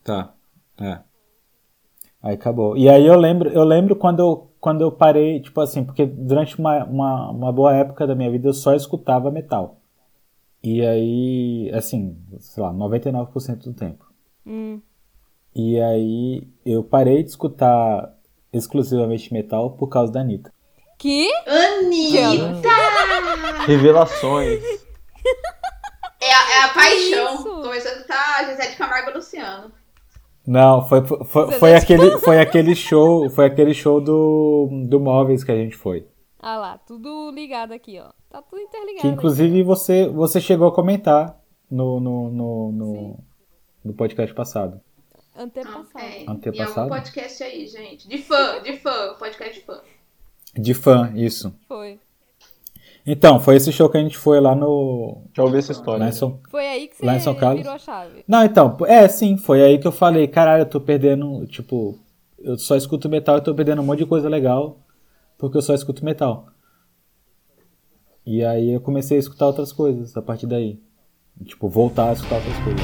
S5: Tá. É. Aí acabou. E aí eu lembro, eu lembro quando eu, quando eu parei, tipo assim, porque durante uma, uma, uma boa época da minha vida eu só escutava metal. E aí, assim, sei lá, 99% do tempo.
S3: Hum.
S5: E aí eu parei de escutar exclusivamente metal por causa da Anitta.
S3: Que?
S2: Anitta!
S4: Revelações.
S2: É, a- é a paixão.
S3: isso?
S2: Começou a escutar José de Camargo e Luciano.
S5: Não, foi, foi, foi,
S3: Você
S5: foi
S3: não
S5: aquele, foi aquele show, foi aquele show do, do Móveis que a gente foi.
S3: Ah lá, tudo ligado aqui, ó. Tá tudo interligado.
S5: Que
S3: aí.
S5: inclusive você, você chegou a comentar no, no, no, no, no podcast passado.
S3: Antepassado.
S2: Ok. é. E algum
S5: Antepassado?
S2: podcast aí, gente. De fã, de fã, um podcast de fã.
S5: De fã, isso.
S3: Foi.
S5: Então, foi esse show que a gente foi lá no.
S4: Já ouvi essa história.
S5: Lá em São...
S3: Foi aí que você
S5: Lá em São Carlos?
S3: virou a chave.
S5: Não, então, é, sim, foi aí que eu falei, caralho, eu tô perdendo, tipo, eu só escuto metal e tô perdendo um monte de coisa legal porque eu só escuto metal. E aí eu comecei a escutar outras coisas a partir daí. Tipo, voltar a escutar outras coisas.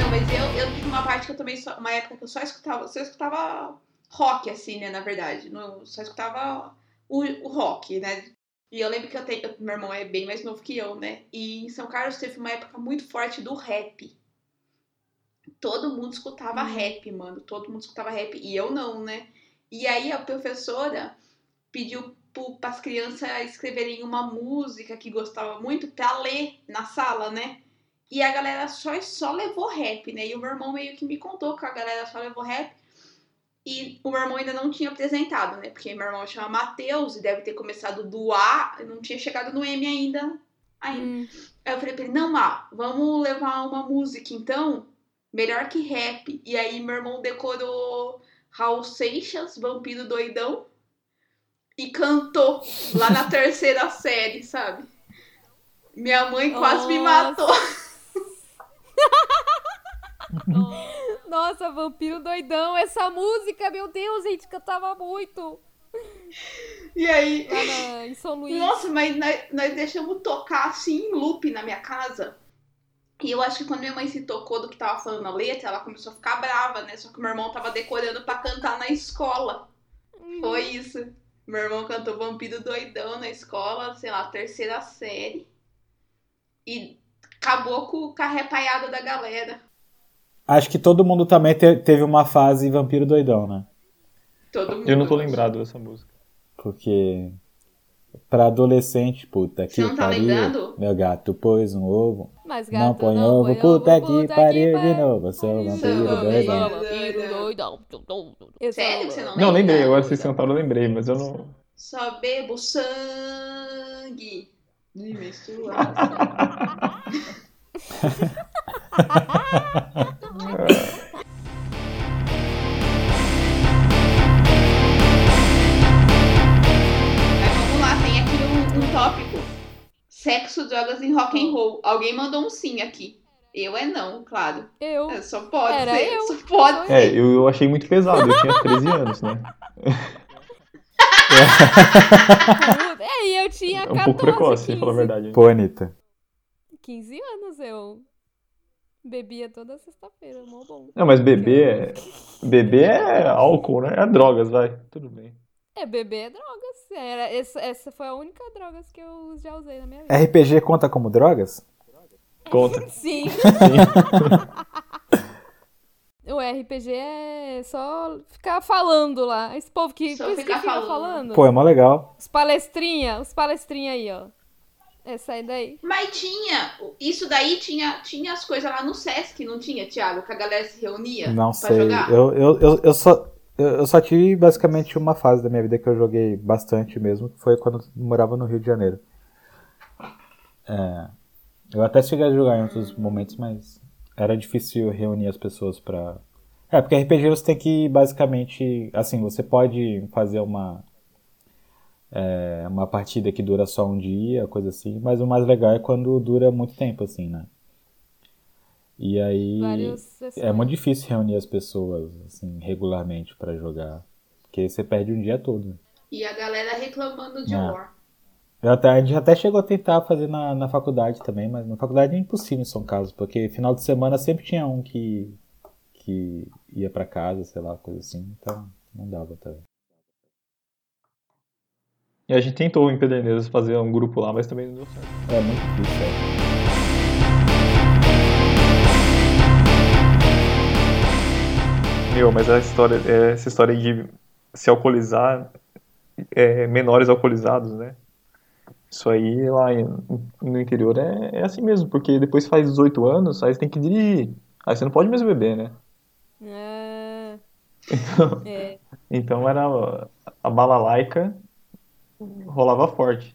S2: Não, mas eu, eu tive uma parte que eu também só, uma época que eu só escutava, só escutava rock, assim, né, na verdade. Não, só escutava o, o rock, né? E eu lembro que eu tenho. Meu irmão é bem mais novo que eu, né? E em São Carlos teve uma época muito forte do rap. Todo mundo escutava rap, mano. Todo mundo escutava rap. E eu não, né? E aí a professora pediu para as crianças escreverem uma música que gostava muito pra ler na sala, né? E a galera só, só levou rap, né? E o meu irmão meio que me contou que a galera só levou rap. E o meu irmão ainda não tinha apresentado, né? Porque meu irmão chama Matheus e deve ter começado do A, não tinha chegado no M ainda. ainda.
S3: Hum.
S2: Aí eu falei pra ele, não, Má, vamos levar uma música então, melhor que rap. E aí meu irmão decorou Raul Seixas, Vampiro Doidão, e cantou lá na terceira série, sabe? Minha mãe quase me
S3: Nossa.
S2: matou.
S3: Nossa, vampiro doidão, essa música, meu Deus, gente, cantava muito.
S2: E aí,
S3: Lá na- em São Luís.
S2: Nossa, mas nós, nós deixamos tocar assim em loop na minha casa. E eu acho que quando minha mãe se tocou do que tava falando a letra, ela começou a ficar brava, né? Só que meu irmão tava decorando pra cantar na escola. Foi isso. Meu irmão cantou Vampiro Doidão na escola, sei lá, terceira série. E acabou com a repaiada da galera.
S5: Acho que todo mundo também te- teve uma fase vampiro doidão, né?
S2: Todo mundo.
S4: Eu não tô lembrado dessa música.
S5: Porque pra adolescente, puta que
S2: Você não tá
S5: pariu.
S2: lembrando?
S5: Meu gato pôs um ovo.
S3: Mas gato
S5: Não põe ovo, puta que pariu de novo. Eu sou um
S2: pariu.
S5: vampiro
S2: Sou
S5: doidão.
S2: vampiro.
S3: tá
S2: Sério que você não
S4: Não, lembrei, agora vocês
S2: Não.
S4: cantaram, eu lembrei, mas eu não.
S2: Só bebo sangue. Nem menstruado. Mas vamos lá, tem aqui um, um tópico. Sexo, drogas e rock and roll. Alguém mandou um sim aqui. Eu é não, claro.
S3: Eu.
S2: É, Só pode
S3: Era
S2: ser,
S3: eu.
S2: só pode
S4: É,
S2: ser.
S4: eu, eu achei muito pesado, eu tinha 13 anos, né?
S3: Puta, É, e eu tinha
S4: É
S3: 14,
S4: um pouco precoce,
S3: 15,
S4: pra falar a verdade.
S5: Pô, Anitta.
S3: 15 anos eu bebia toda sexta-feira, mó bom.
S4: Não, mas beber é. Beber é álcool, né? É drogas, vai. Tudo bem.
S3: É, beber é drogas. Era, essa, essa foi a única drogas que eu já usei na minha vida.
S5: RPG conta como drogas?
S2: É.
S4: Conta.
S3: Sim. o RPG é só ficar falando lá. Esse povo que,
S2: Só
S3: por isso que
S2: ficar
S3: fica falando.
S2: falando.
S5: Pô, é mó legal.
S3: Os palestrinha, os palestrinha aí, ó. É, sai daí.
S2: Mas tinha, isso daí tinha, tinha as coisas lá no Sesc, não tinha, Thiago? Que a galera se reunia
S5: Não
S2: pra
S5: sei.
S2: jogar?
S5: Eu, eu, eu, eu só. Eu eu só tive basicamente uma fase da minha vida que eu joguei bastante mesmo, que foi quando eu morava no Rio de Janeiro. É, eu até cheguei a jogar em outros momentos, mas era difícil reunir as pessoas pra. É, porque RPG você tem que basicamente. Assim, você pode fazer uma. é, uma partida que dura só um dia, coisa assim, mas o mais legal é quando dura muito tempo, assim, né? E aí.
S3: Vários sessões.
S5: É muito difícil reunir as pessoas assim regularmente pra jogar, porque você perde um dia todo.
S2: E a galera reclamando de
S5: Não.
S2: War.
S5: Eu até- a gente até chegou a tentar fazer na, na faculdade também, mas na faculdade é impossível em São Carlos, porque final de semana sempre tinha um que, que ia pra casa, sei lá, coisa assim, então não dava também.
S4: E a gente tentou em Pederneiras fazer um grupo lá, mas também não deu certo.
S5: É muito difícil. é.
S4: Meu, mas a história, é, essa história de se alcoolizar, é, menores alcoolizados, né? Isso aí lá em- no interior é, é assim mesmo, porque depois faz 18 anos, aí você tem que dirigir. Aí você não pode mesmo beber, né?
S3: Ah, é.
S4: Então era a balalaica rolava forte.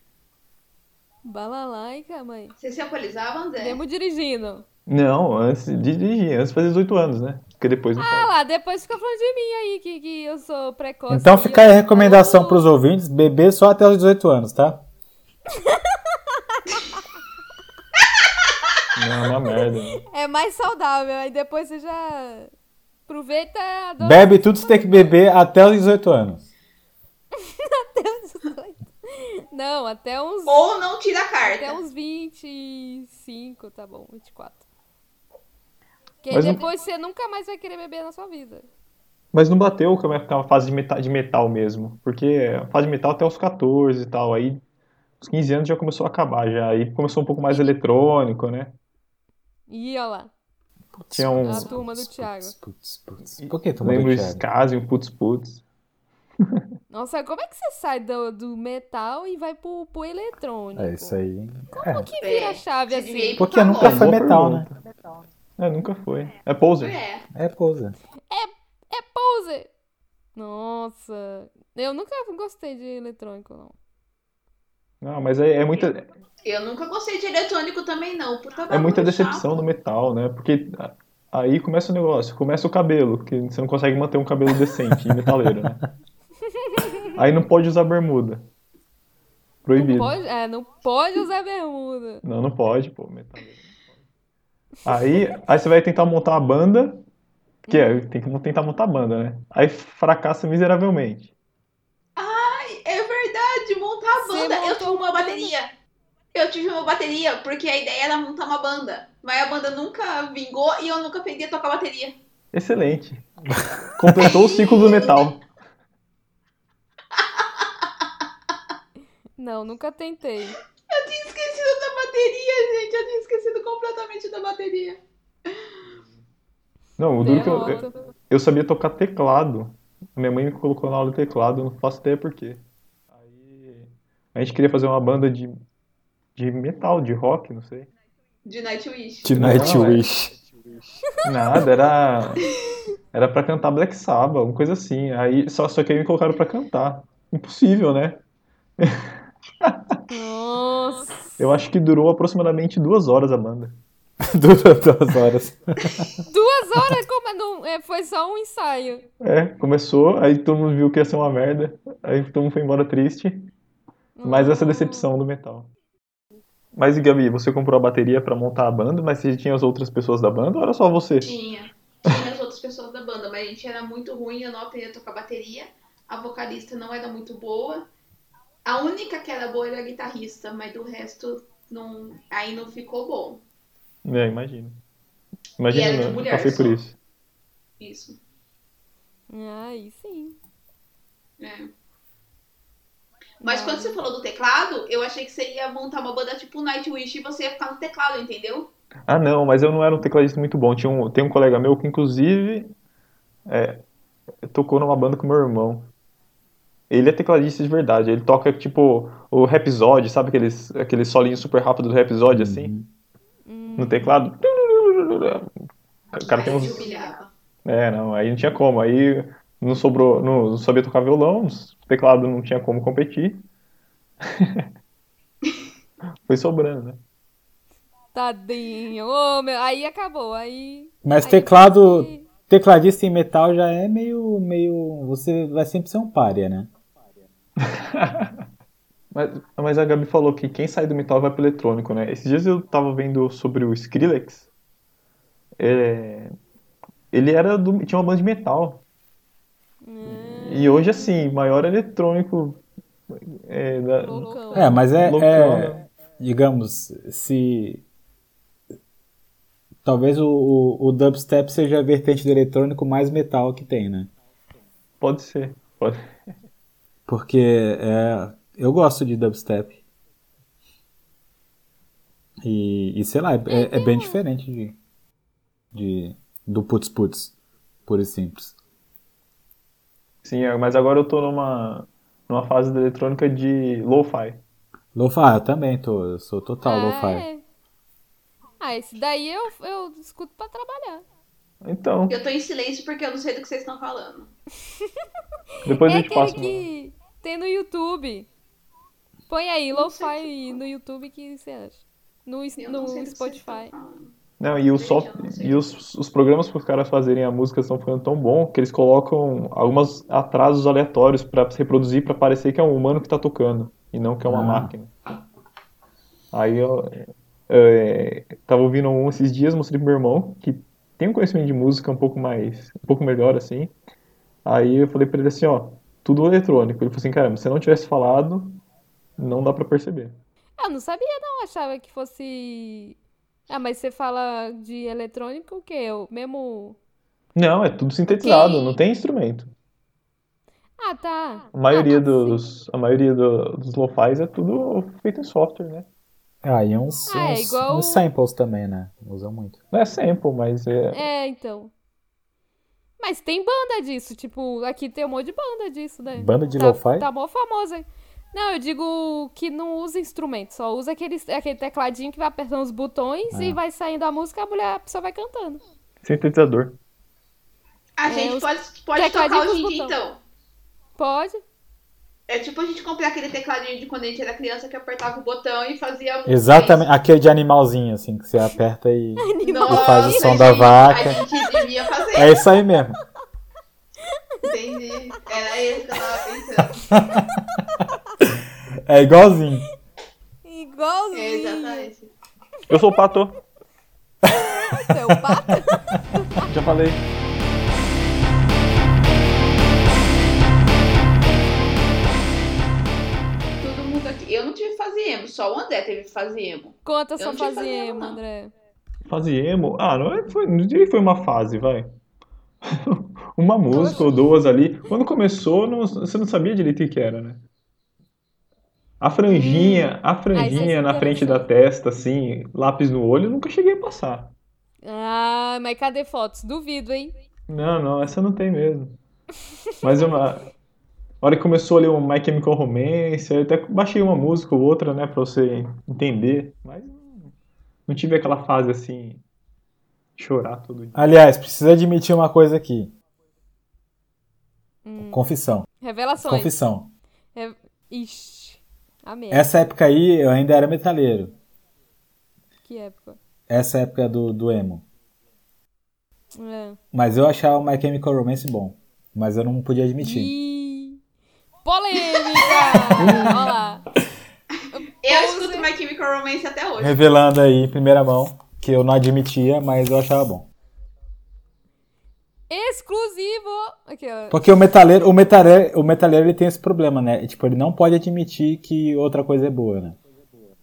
S3: Balalaica, mãe.
S2: Você se alcoolizava, André?
S3: Mesmo dirigindo.
S4: Não, antes de dirigir, antes de fazer 18 anos, né? Porque depois não
S3: Ah
S4: pode.
S3: lá, depois fica falando de mim aí, que, que eu sou precoce.
S5: Então fica aí a recomendação
S3: para
S5: pros ouvintes, beber só até os 18 anos, tá?
S4: Não, é uma merda. né?
S3: É mais saudável, aí depois você já aproveita a dor.
S5: Bebe tudo que você tem que beber até os 18 anos.
S3: Não, até uns,
S2: Ou não tira a carta.
S3: até uns 25, tá bom, 24. Porque
S4: Mas não-
S3: depois você nunca mais vai querer beber na sua vida.
S4: Mas não bateu é com a fase de meta- de metal mesmo, porque a fase de metal até os 14 e tal, aí os 15 anos já começou a acabar, já aí começou um pouco mais eletrônico, né?
S3: E olha lá.
S4: Tinha um-
S3: A turma do Thiago.
S5: Putz, putz, putz. Por que turma
S4: Lembro
S5: do
S4: de
S5: Thiago?
S4: Skazi, um putz putz.
S3: Nossa, como é que você sai do, do metal e vai pro, pro eletrônico?
S5: É isso aí.
S3: Como que vira a chave
S2: É, se devia
S3: assim?
S2: ir pro
S5: Porque nunca
S4: É,
S5: foi
S4: boa
S5: metal, né?
S4: pergunta. É, nunca foi. É poser.
S2: É.
S5: É poser.
S3: Pose! Nossa. Eu nunca gostei de eletrônico, não.
S4: Não, mas é, é muita,
S2: Eu nunca gostei de eletrônico também, não. Puta
S4: é
S2: bagulho
S4: muita
S2: chato.
S4: decepção do metal, né? Porque a- aí começa o negócio, começa o cabelo, que você não consegue manter um cabelo decente, e metaleiro, né? Aí não pode usar bermuda.
S3: Não
S4: Proibido.
S3: pode, é, não pode usar bermuda.
S4: Não, não pode, pô, metaleiro. Aí, aí você vai tentar montar a banda, que é,
S3: Hum.
S4: tem que tentar montar a banda, né? Aí fracassa miseravelmente.
S2: É verdade, montar a
S3: Você
S2: banda. Eu
S3: montou
S2: tive uma
S3: uma banda.
S2: bateria. Eu tive uma bateria, porque a ideia era montar uma banda. Mas a banda nunca vingou e eu nunca aprendi a tocar bateria.
S4: Excelente. Completou o ciclo do metal.
S3: Não, nunca tentei.
S2: Eu tinha esquecido da bateria, gente. Eu tinha esquecido completamente da bateria.
S4: Não, o duro que eu, eu,
S3: Derrota.
S4: eu sabia tocar teclado. Minha mãe me colocou na aula de teclado, eu não faço ideia por quê. Aí A gente queria fazer uma banda de, de metal, de rock, não sei.
S2: De Nightwish.
S1: De
S4: Não,
S1: Nightwish.
S4: Nada, era. Era pra cantar Black Sabbath, uma coisa assim. Aí só, só que aí me colocaram pra cantar. Impossível, né?
S3: Nossa.
S4: Eu acho que durou aproximadamente duas horas a banda.
S5: é.
S1: Dura duas horas.
S3: Duas horas? Como? Não, é, foi só um ensaio.
S4: É, começou, aí todo mundo viu que ia ser uma merda, aí todo mundo foi embora triste. Mas essa é a decepção do metal. Mas e Gabi, você comprou a bateria pra montar a banda, mas você tinha as outras pessoas da banda ou era só você?
S2: Tinha. Tinha as outras pessoas da banda, mas a gente era muito ruim, eu não aprendi a tocar bateria. A vocalista não era muito boa. A única que era boa era a guitarrista, mas do resto não, aí não ficou bom.
S4: É, imagino.
S2: E era de
S4: Imagina, né?
S2: mulher
S4: passei por
S2: só.
S4: isso.
S2: Isso.
S3: Aí sim.
S2: É. Mas quando você falou do teclado, eu achei que você ia montar uma banda tipo Nightwish e você ia ficar no teclado, entendeu?
S4: Ah, não, mas eu não era um tecladista muito bom. Tinha um, tem um colega meu que, inclusive, é, tocou numa banda com meu irmão. Ele é tecladista de verdade. Ele toca, tipo, o Rhapsody, sabe aqueles, aquele solinho super rápido do Rhapsody,
S2: Hum.
S4: assim?
S5: Hum.
S3: Hum.
S4: No teclado. O cara tem
S2: Aí eu te
S4: uns...
S2: humilhava.
S4: É, não, aí não tinha como. Aí não sobrou, não, não sabia tocar violão, teclado não tinha como competir. Foi sobrando, né?
S3: Tadinho. Ô, meu, aí acabou. Aí.
S5: Mas
S3: aí
S5: teclado,
S3: foi-
S5: tecladista em metal já é meio, meio, você vai sempre ser um pária, né?
S4: Mas, Ah, mas a Gabi falou que quem sai do metal vai pro eletrônico, né? Esses dias eu tava vendo sobre o Skrillex. É, Ele era do, tinha uma banda de metal. E hoje, assim, maior eletrônico é, da-
S3: Loucão.
S5: É, mas é,
S4: Loucura.
S5: é, digamos, se talvez o, o, o dubstep seja a vertente do eletrônico mais metal que tem, né?
S4: pode ser. Pode...
S5: Porque é, eu gosto de dubstep. E, e sei lá, é, é- é bem diferente de, de do putz putz, puro e simples.
S4: Sim, é, mas agora eu tô numa, numa fase da eletrônica de lo-fi.
S5: Lo-fi, eu também tô, eu sou total
S3: ah,
S5: lo-fi.
S3: é. Ah, esse daí eu, eu escuto pra trabalhar.
S4: Então,
S2: Eu tô em silêncio porque eu não sei do que vocês estão falando.
S4: depois
S3: é
S4: eu te
S3: aquele
S4: passo.
S3: que tem no YouTube. Põe aí, lo-fi no YouTube que você acha. No, es-
S2: Eu não sei do
S3: no
S2: que vocês estão
S3: Spotify.
S2: falando.
S4: Não, e, o soft,
S2: Gente, eu não sei.
S4: e os, os programas para os caras fazerem a música estão ficando tão bom que eles colocam alguns atrasos aleatórios para reproduzir para parecer que é um humano que está tocando e não que é uma
S5: Ah.
S4: máquina. Aí eu é, tava ouvindo um esses dias, mostrei pro meu irmão que tem um conhecimento de música um pouco mais, um pouco melhor assim. Aí eu falei para ele assim, ó, tudo eletrônico. Ele falou assim, caramba, se eu não tivesse falado, não dá para perceber.
S3: Ah, Eu não sabia, não. Achava que fosse. Ah, mas você fala de eletrônico o quê? O mesmo.
S4: Não, é tudo sintetizado,
S3: Quem-
S4: não tem instrumento.
S3: Ah, tá.
S4: A maioria
S3: Ah, tá, sim.
S4: dos, a maioria do- dos lo-fis é tudo feito em software, né?
S5: Ah, e uns,
S3: Ah, é
S5: uns,
S3: igual-
S5: uns samples também, né? Usam muito.
S4: Não é sample, mas é.
S3: É, então. Mas tem banda disso, tipo, aqui tem um monte de banda disso, né?
S5: Banda de
S3: tá,
S5: lo-fi?
S3: Tá mó famosa. Não, eu digo que não usa instrumento, só usa aquele, aquele tecladinho que vai apertando os botões e
S5: Ah.
S3: vai saindo a música, a mulher a pessoa vai cantando.
S4: Sintetizador.
S2: A
S3: É,
S2: gente
S3: os
S2: pode, pode
S3: tecladinhos
S2: tocar hoje em
S3: com os
S2: dia
S3: botão.
S2: então.
S3: Pode?
S2: É tipo a gente comprar aquele tecladinho de quando a gente era criança que apertava o botão e fazia a música.
S5: Exatamente, aquele de animalzinho, assim, que você aperta e.
S2: Nossa,
S5: Faz o som da
S2: gente,
S5: vaca.
S2: A gente devia fazer,
S5: É isso aí mesmo.
S2: entendi. Era esse que eu tava pensando.
S5: É igualzinho.
S3: Igualzinho.
S2: É, exatamente.
S4: Eu sou o Pato,
S3: Seu pato.
S4: já falei.
S2: Todo mundo aqui. Eu não tive que fazer emo, só o André teve que fazer emo.
S3: Conta
S2: Eu
S3: sua
S2: não tinha fazia,
S3: fazenda,
S2: não.
S3: André.
S4: Fazia emo. Ah, não, é- foi, não diria que foi uma fase, vai. Uma música ou duas ali. Quando começou, não- você não sabia direito o que era, né? A franjinha,
S3: Hum,
S4: a franjinha
S3: se
S4: na frente da testa, assim, lápis no olho, eu nunca cheguei a passar.
S3: Ah, mas cadê fotos? Duvido, hein?
S4: Não, não, essa não tem mesmo. Mas uma, Na hora que começou ali o My Chemical Romance, eu até baixei uma música ou outra, né, pra você entender, mas não, não tive aquela fase assim, chorar todo dia.
S5: Aliás, preciso admitir uma coisa aqui.
S3: Hum.
S5: Confissão.
S3: Revelações.
S5: Confissão.
S3: Re- Ixi. Amei.
S5: Essa época aí eu ainda era metaleiro.
S3: Que época.
S5: Essa época do, do emo.
S3: É.
S5: Mas eu achava o My Chemical Romance bom. Mas eu não podia admitir.
S3: Ih. Polêmica! Olha lá.
S2: Eu escuto My Chemical Romance até hoje.
S5: Revelando aí, em primeira mão, que eu não admitia, mas eu achava bom.
S3: Exclusivo! Aqui, ó.
S5: Porque o metaleiro, o metaleiro, o metaleiro ele tem esse problema, né? Tipo, ele não pode admitir que outra coisa é boa, né?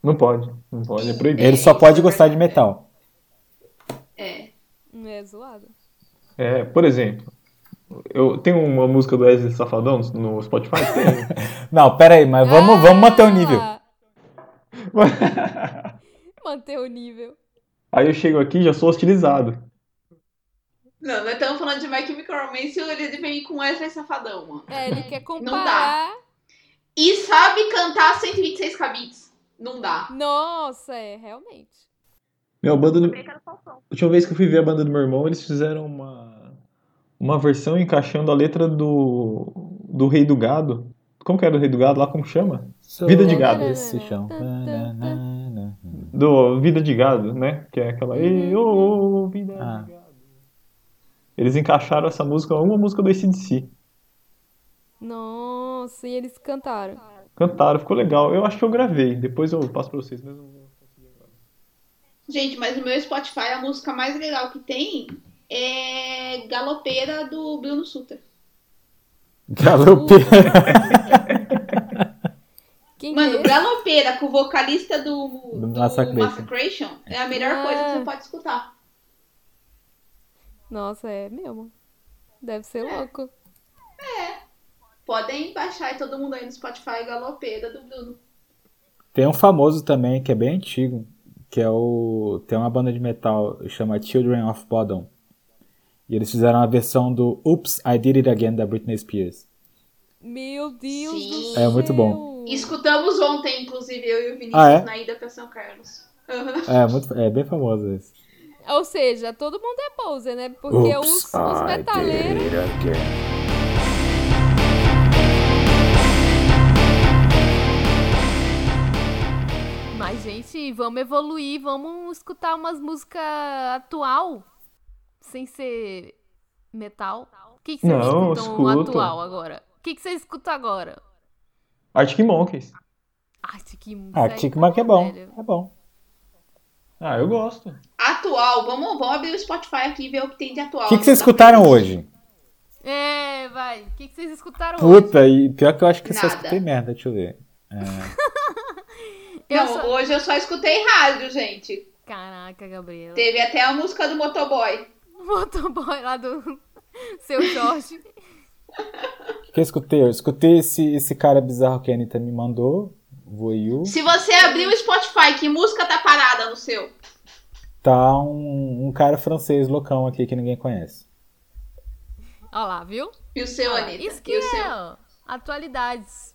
S4: Não pode, não pode, é proibido.
S5: Ele só pode gostar de metal.
S2: É.
S3: É zoado.
S4: É, por exemplo, eu tenho uma música do Wesley Safadão no no Spotify? Tem.
S5: Não, pera aí, mas vamos, vamos manter o nível.
S3: Ah, Manter o nível.
S4: Aí eu chego aqui e já sou hostilizado.
S2: Não, nós estamos falando de My Chemical Romance e ele vem com Wesley Safadão, mano.
S3: É, ele quer
S2: dá.
S3: comparar.
S2: E sabe cantar 126 cabides. Não dá.
S3: Nossa, é, realmente.
S4: Meu, a banda do...
S6: Brinca no Faustão.
S4: A última vez que eu fui ver a banda do meu irmão, eles fizeram uma, uma versão encaixando a letra do, do Rei do Gado. Como que era o Rei do Gado? Lá como chama? Vida de gado.
S5: Esse chão.
S4: Do Vida de Gado, né? Que é aquela. Ei, ô, ô, vida
S5: Ah.
S4: de gado. Eles encaixaram essa música, uma música do ACDC.
S3: Nossa, e eles cantaram.
S4: Cantaram, ficou legal. Eu acho que eu gravei. Depois eu passo pra vocês. Mas eu não-
S2: Gente, mas no meu Spotify a música mais legal que tem é Galopeira do Bruno Suter.
S5: Galopeira.
S3: Quem é?
S2: Mano,
S3: esse?
S2: Galopeira com o vocalista do,
S5: Do
S2: do
S5: Massacration.
S2: Massacration é a melhor coisa que
S3: Ah.
S2: você pode escutar.
S3: Nossa, é mesmo. Deve ser
S2: É.
S3: louco.
S2: Podem baixar aí todo mundo aí no Spotify Galopeira do Bruno.
S5: Tem um famoso também, que é bem antigo, que é o. Tem uma banda de metal que chama Children of Bodom. E eles fizeram a versão do Oops, I Did It Again da Britney Spears.
S3: Meu Deus do
S2: Sim.
S3: céu.
S5: É muito bom.
S2: Escutamos ontem, inclusive, eu e o Vinícius
S5: Ah, é?
S2: na ida pra São Carlos. Aham.
S5: É, muito, é bem famoso esse.
S3: Ou seja, todo mundo é poser, né? Porque os, os metaleiros. Mas, gente, vamos evoluir, vamos escutar umas músicas atual, sem ser metal. O que, que vocês
S4: Não,
S3: escutam
S4: escuto.
S3: atual agora? O que, que vocês escutam agora?
S4: Arctic Monkeys.
S3: Ai, Tiquim.
S5: Ah, Tic Mac é bom. É bom.
S4: Ah, eu gosto.
S2: Atual, vamos, vamos abrir o Spotify aqui e ver o que tem de atual.
S5: O que, que vocês escutaram hoje?
S3: É, vai. O que, que vocês escutaram hoje?
S5: Puta, e pior que eu acho que só
S2: Nada.
S5: escutei merda, deixa eu ver.
S3: Eu
S2: Não,
S3: só-
S2: hoje eu só escutei rádio, gente.
S3: Caraca, Gabriela.
S2: Teve até a música do Motoboy.
S3: motoboy lá do seu Jorge.
S5: O que eu escutei? Eu escutei esse, esse cara bizarro que a Anitta me mandou, Voyu.
S2: Se você abrir o Spotify, que música tá parada no seu?
S5: Tá um, um cara francês loucão aqui que ninguém conhece.
S3: Olha lá, viu?
S2: E o seu,
S3: Olha lá,
S2: Anitta?
S3: Isso que
S2: e
S3: é,
S2: o seu?
S3: ó, atualidades.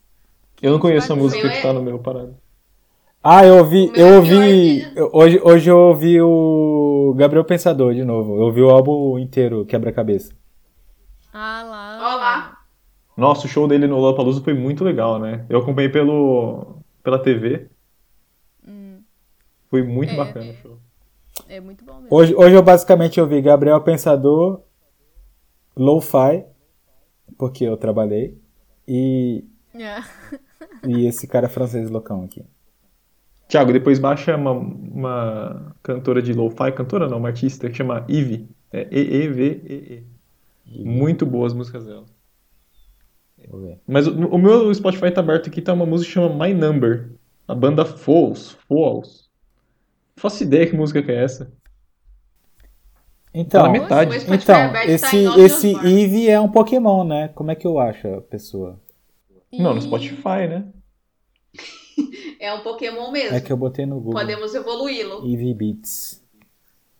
S4: Eu não conheço a
S3: Mas
S4: música
S2: eu
S4: que
S2: é-
S4: tá no meu parado.
S5: Ah, eu ouvi,
S2: O meu
S5: eu
S2: pior
S5: ouvi,
S2: é
S5: eu- hoje, hoje eu ouvi o Gabriel Pensador de novo. Eu ouvi o álbum inteiro, Quebra-Cabeça.
S3: Ah lá.
S2: Ó lá.
S4: Nossa, o show dele no Lollapalooza foi muito legal, né? Eu acompanhei pelo, pela TV. Foi muito
S3: É,
S4: bacana
S3: é.
S4: o show.
S3: É muito bom mesmo.
S5: Hoje, hoje eu basicamente ouvi Gabriel Pensador, Lo-Fi, porque eu trabalhei, e,
S3: É.
S5: e esse cara francês loucão aqui.
S4: Thiago, depois baixa uma, uma cantora de lo-fi, cantora não, uma artista que chama Eve. É E-E-V-E-E. Muito boas as músicas dela.
S5: Vou ver.
S4: Mas o, o meu Spotify tá aberto aqui, tá uma música que chama My Number. A banda Falls. Falls. Não faço ideia que música que é essa.
S5: Então,
S4: Tá na metade. Metade.
S2: Meu Spotify
S5: então
S2: aberto tá
S5: esse,
S2: em nove
S5: esse
S2: Osborne.
S5: Eve é um Pokémon, né? Como é que eu acho a pessoa?
S4: Não, no
S3: E-
S4: Spotify, né?
S2: É um Pokémon mesmo.
S5: É que eu botei no Google.
S2: Podemos evoluí-lo.
S5: Eve Beats.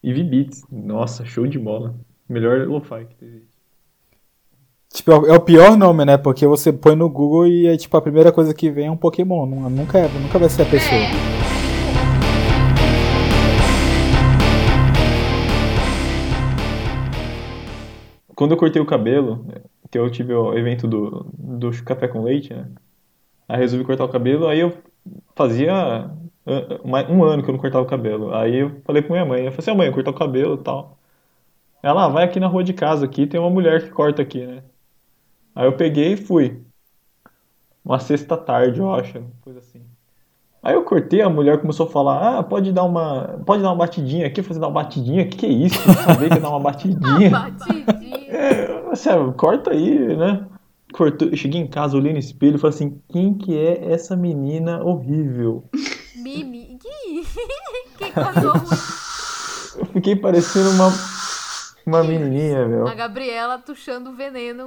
S4: Eve Beats. Nossa, show de bola. Melhor lo-fi que teve.
S5: Tipo, é o- é o pior nome, né? Porque você põe no Google e é tipo a primeira coisa que vem é um Pokémon. Não- Nunca, é- nunca vai ser a pessoa.
S2: É,
S4: Quando eu cortei o cabelo, que eu tive o evento do, do café com leite, né? Aí resolvi cortar o cabelo, aí eu fazia ah, uma- um ano que eu não cortava o cabelo. Aí eu falei pra minha mãe, eu falei assim, "Ah, mãe, eu cortar o cabelo e tal. Ela, "Ah, vai aqui na rua de casa aqui, tem uma mulher que corta aqui, né? Aí eu peguei e fui. Uma sexta-tarde, eu acho, coisa assim. Aí eu cortei, a mulher começou a falar, ah, pode dar uma, pode dar uma batidinha aqui, eu falei, dar uma batidinha, que que é isso? Eu não sabia que ia dar uma batidinha.
S3: Batidinha.
S4: É, sério, corta aí, né? Cortou, eu cheguei em casa, olhei no espelho e falei assim: quem que é essa menina horrível?
S3: Mimi. Que, que casou muito.
S4: Eu fiquei parecendo uma, uma menininha, meu.
S3: A Gabriela tuchando o veneno.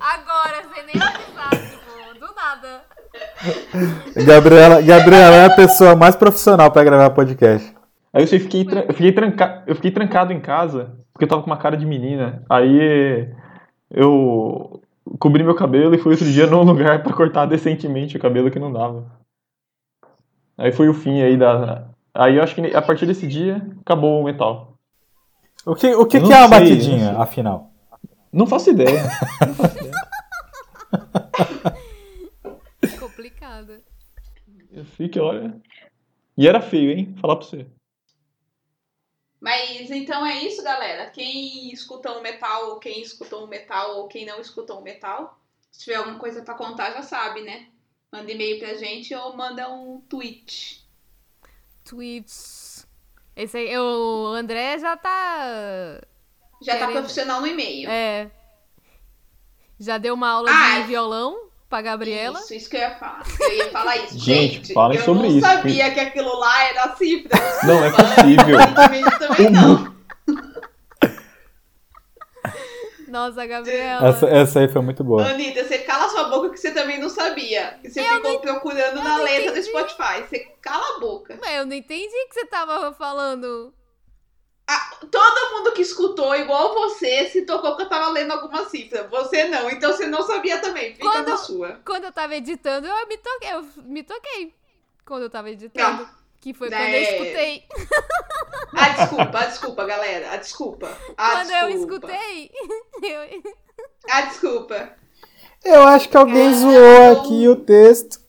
S3: Agora, sem nem avisar, tipo, do nada.
S5: Gabriela, Gabriela é a pessoa mais profissional pra gravar podcast.
S4: Aí eu sei, fiquei, tra- eu, fiquei tranca- eu fiquei trancado em casa, porque eu tava com uma cara de menina. Aí eu cobri meu cabelo e fui outro dia num lugar pra cortar decentemente o cabelo que não dava. Aí foi o fim aí da. Aí eu acho que a partir desse dia acabou o metal.
S5: O que, o que,
S4: Eu não
S5: que é uma
S4: sei,
S5: batidinha,
S4: eu
S5: afinal?
S4: Não faço ideia.
S3: Complicado.
S4: Eu fiquei, olha. E era feio, hein? Falar pra você.
S2: Mas então é isso, galera. Quem escutou o metal, ou quem escutou o metal, ou quem não escutou o metal, se tiver alguma coisa pra contar, já sabe, né? Manda e-mail pra gente ou manda um tweet.
S3: Tweets. Esse aí, o André já tá.
S2: Já tá
S3: Querendo.
S2: profissional no e-mail.
S3: É. Já deu uma aula
S2: Ah,
S3: de violão pra Gabriela.
S2: Isso, isso que eu ia falar. Eu ia falar isso.
S4: Gente,
S2: Gente,
S4: falem
S2: eu
S4: sobre
S2: não
S4: isso,
S2: sabia que aquilo lá era cifra.
S4: Não, é possível.
S2: Infelizmente, também não.
S3: Nossa, Gabriela.
S5: Essa, essa aí foi muito boa.
S2: Anitta, você cala sua boca que você também não sabia. E você ficou procurando na
S3: não
S2: letra do Spotify. Você cala a boca.
S3: Mas eu não entendi o que você tava falando.
S2: Todo mundo que escutou, igual você, se tocou que eu tava lendo alguma cifra. Você não, então você não sabia também. Fica
S3: Quando-
S2: na sua.
S3: Quando eu tava editando, eu me toquei. Eu me toquei. Quando eu tava editando. Que foi
S2: Né?
S3: quando eu escutei.
S2: A desculpa, a desculpa, galera. A desculpa. A
S3: quando
S2: desculpa.
S3: eu escutei. eu-
S2: A desculpa.
S5: Eu acho que alguém zoou aqui o texto.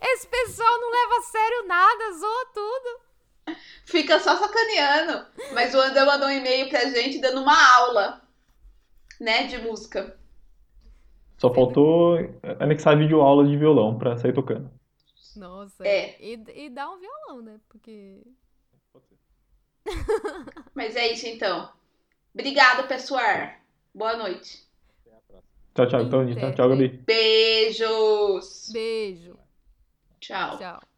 S3: Esse pessoal não leva a sério nada, zoa tudo.
S2: Fica só sacaneando. Mas o André mandou um e-mail pra gente dando uma aula, né, de música.
S4: Só faltou anexar videoaula de violão pra sair tocando.
S3: Nossa.
S2: É.
S3: E, e dá um violão, né? Porque.
S2: Mas é isso então. Obrigada, pessoal. Boa noite.
S4: é tá? Tchau, tchau. Então, tchau, tchau, Gabi.
S2: Beijos.
S3: Beijo.
S2: Tchau.
S3: Tchau.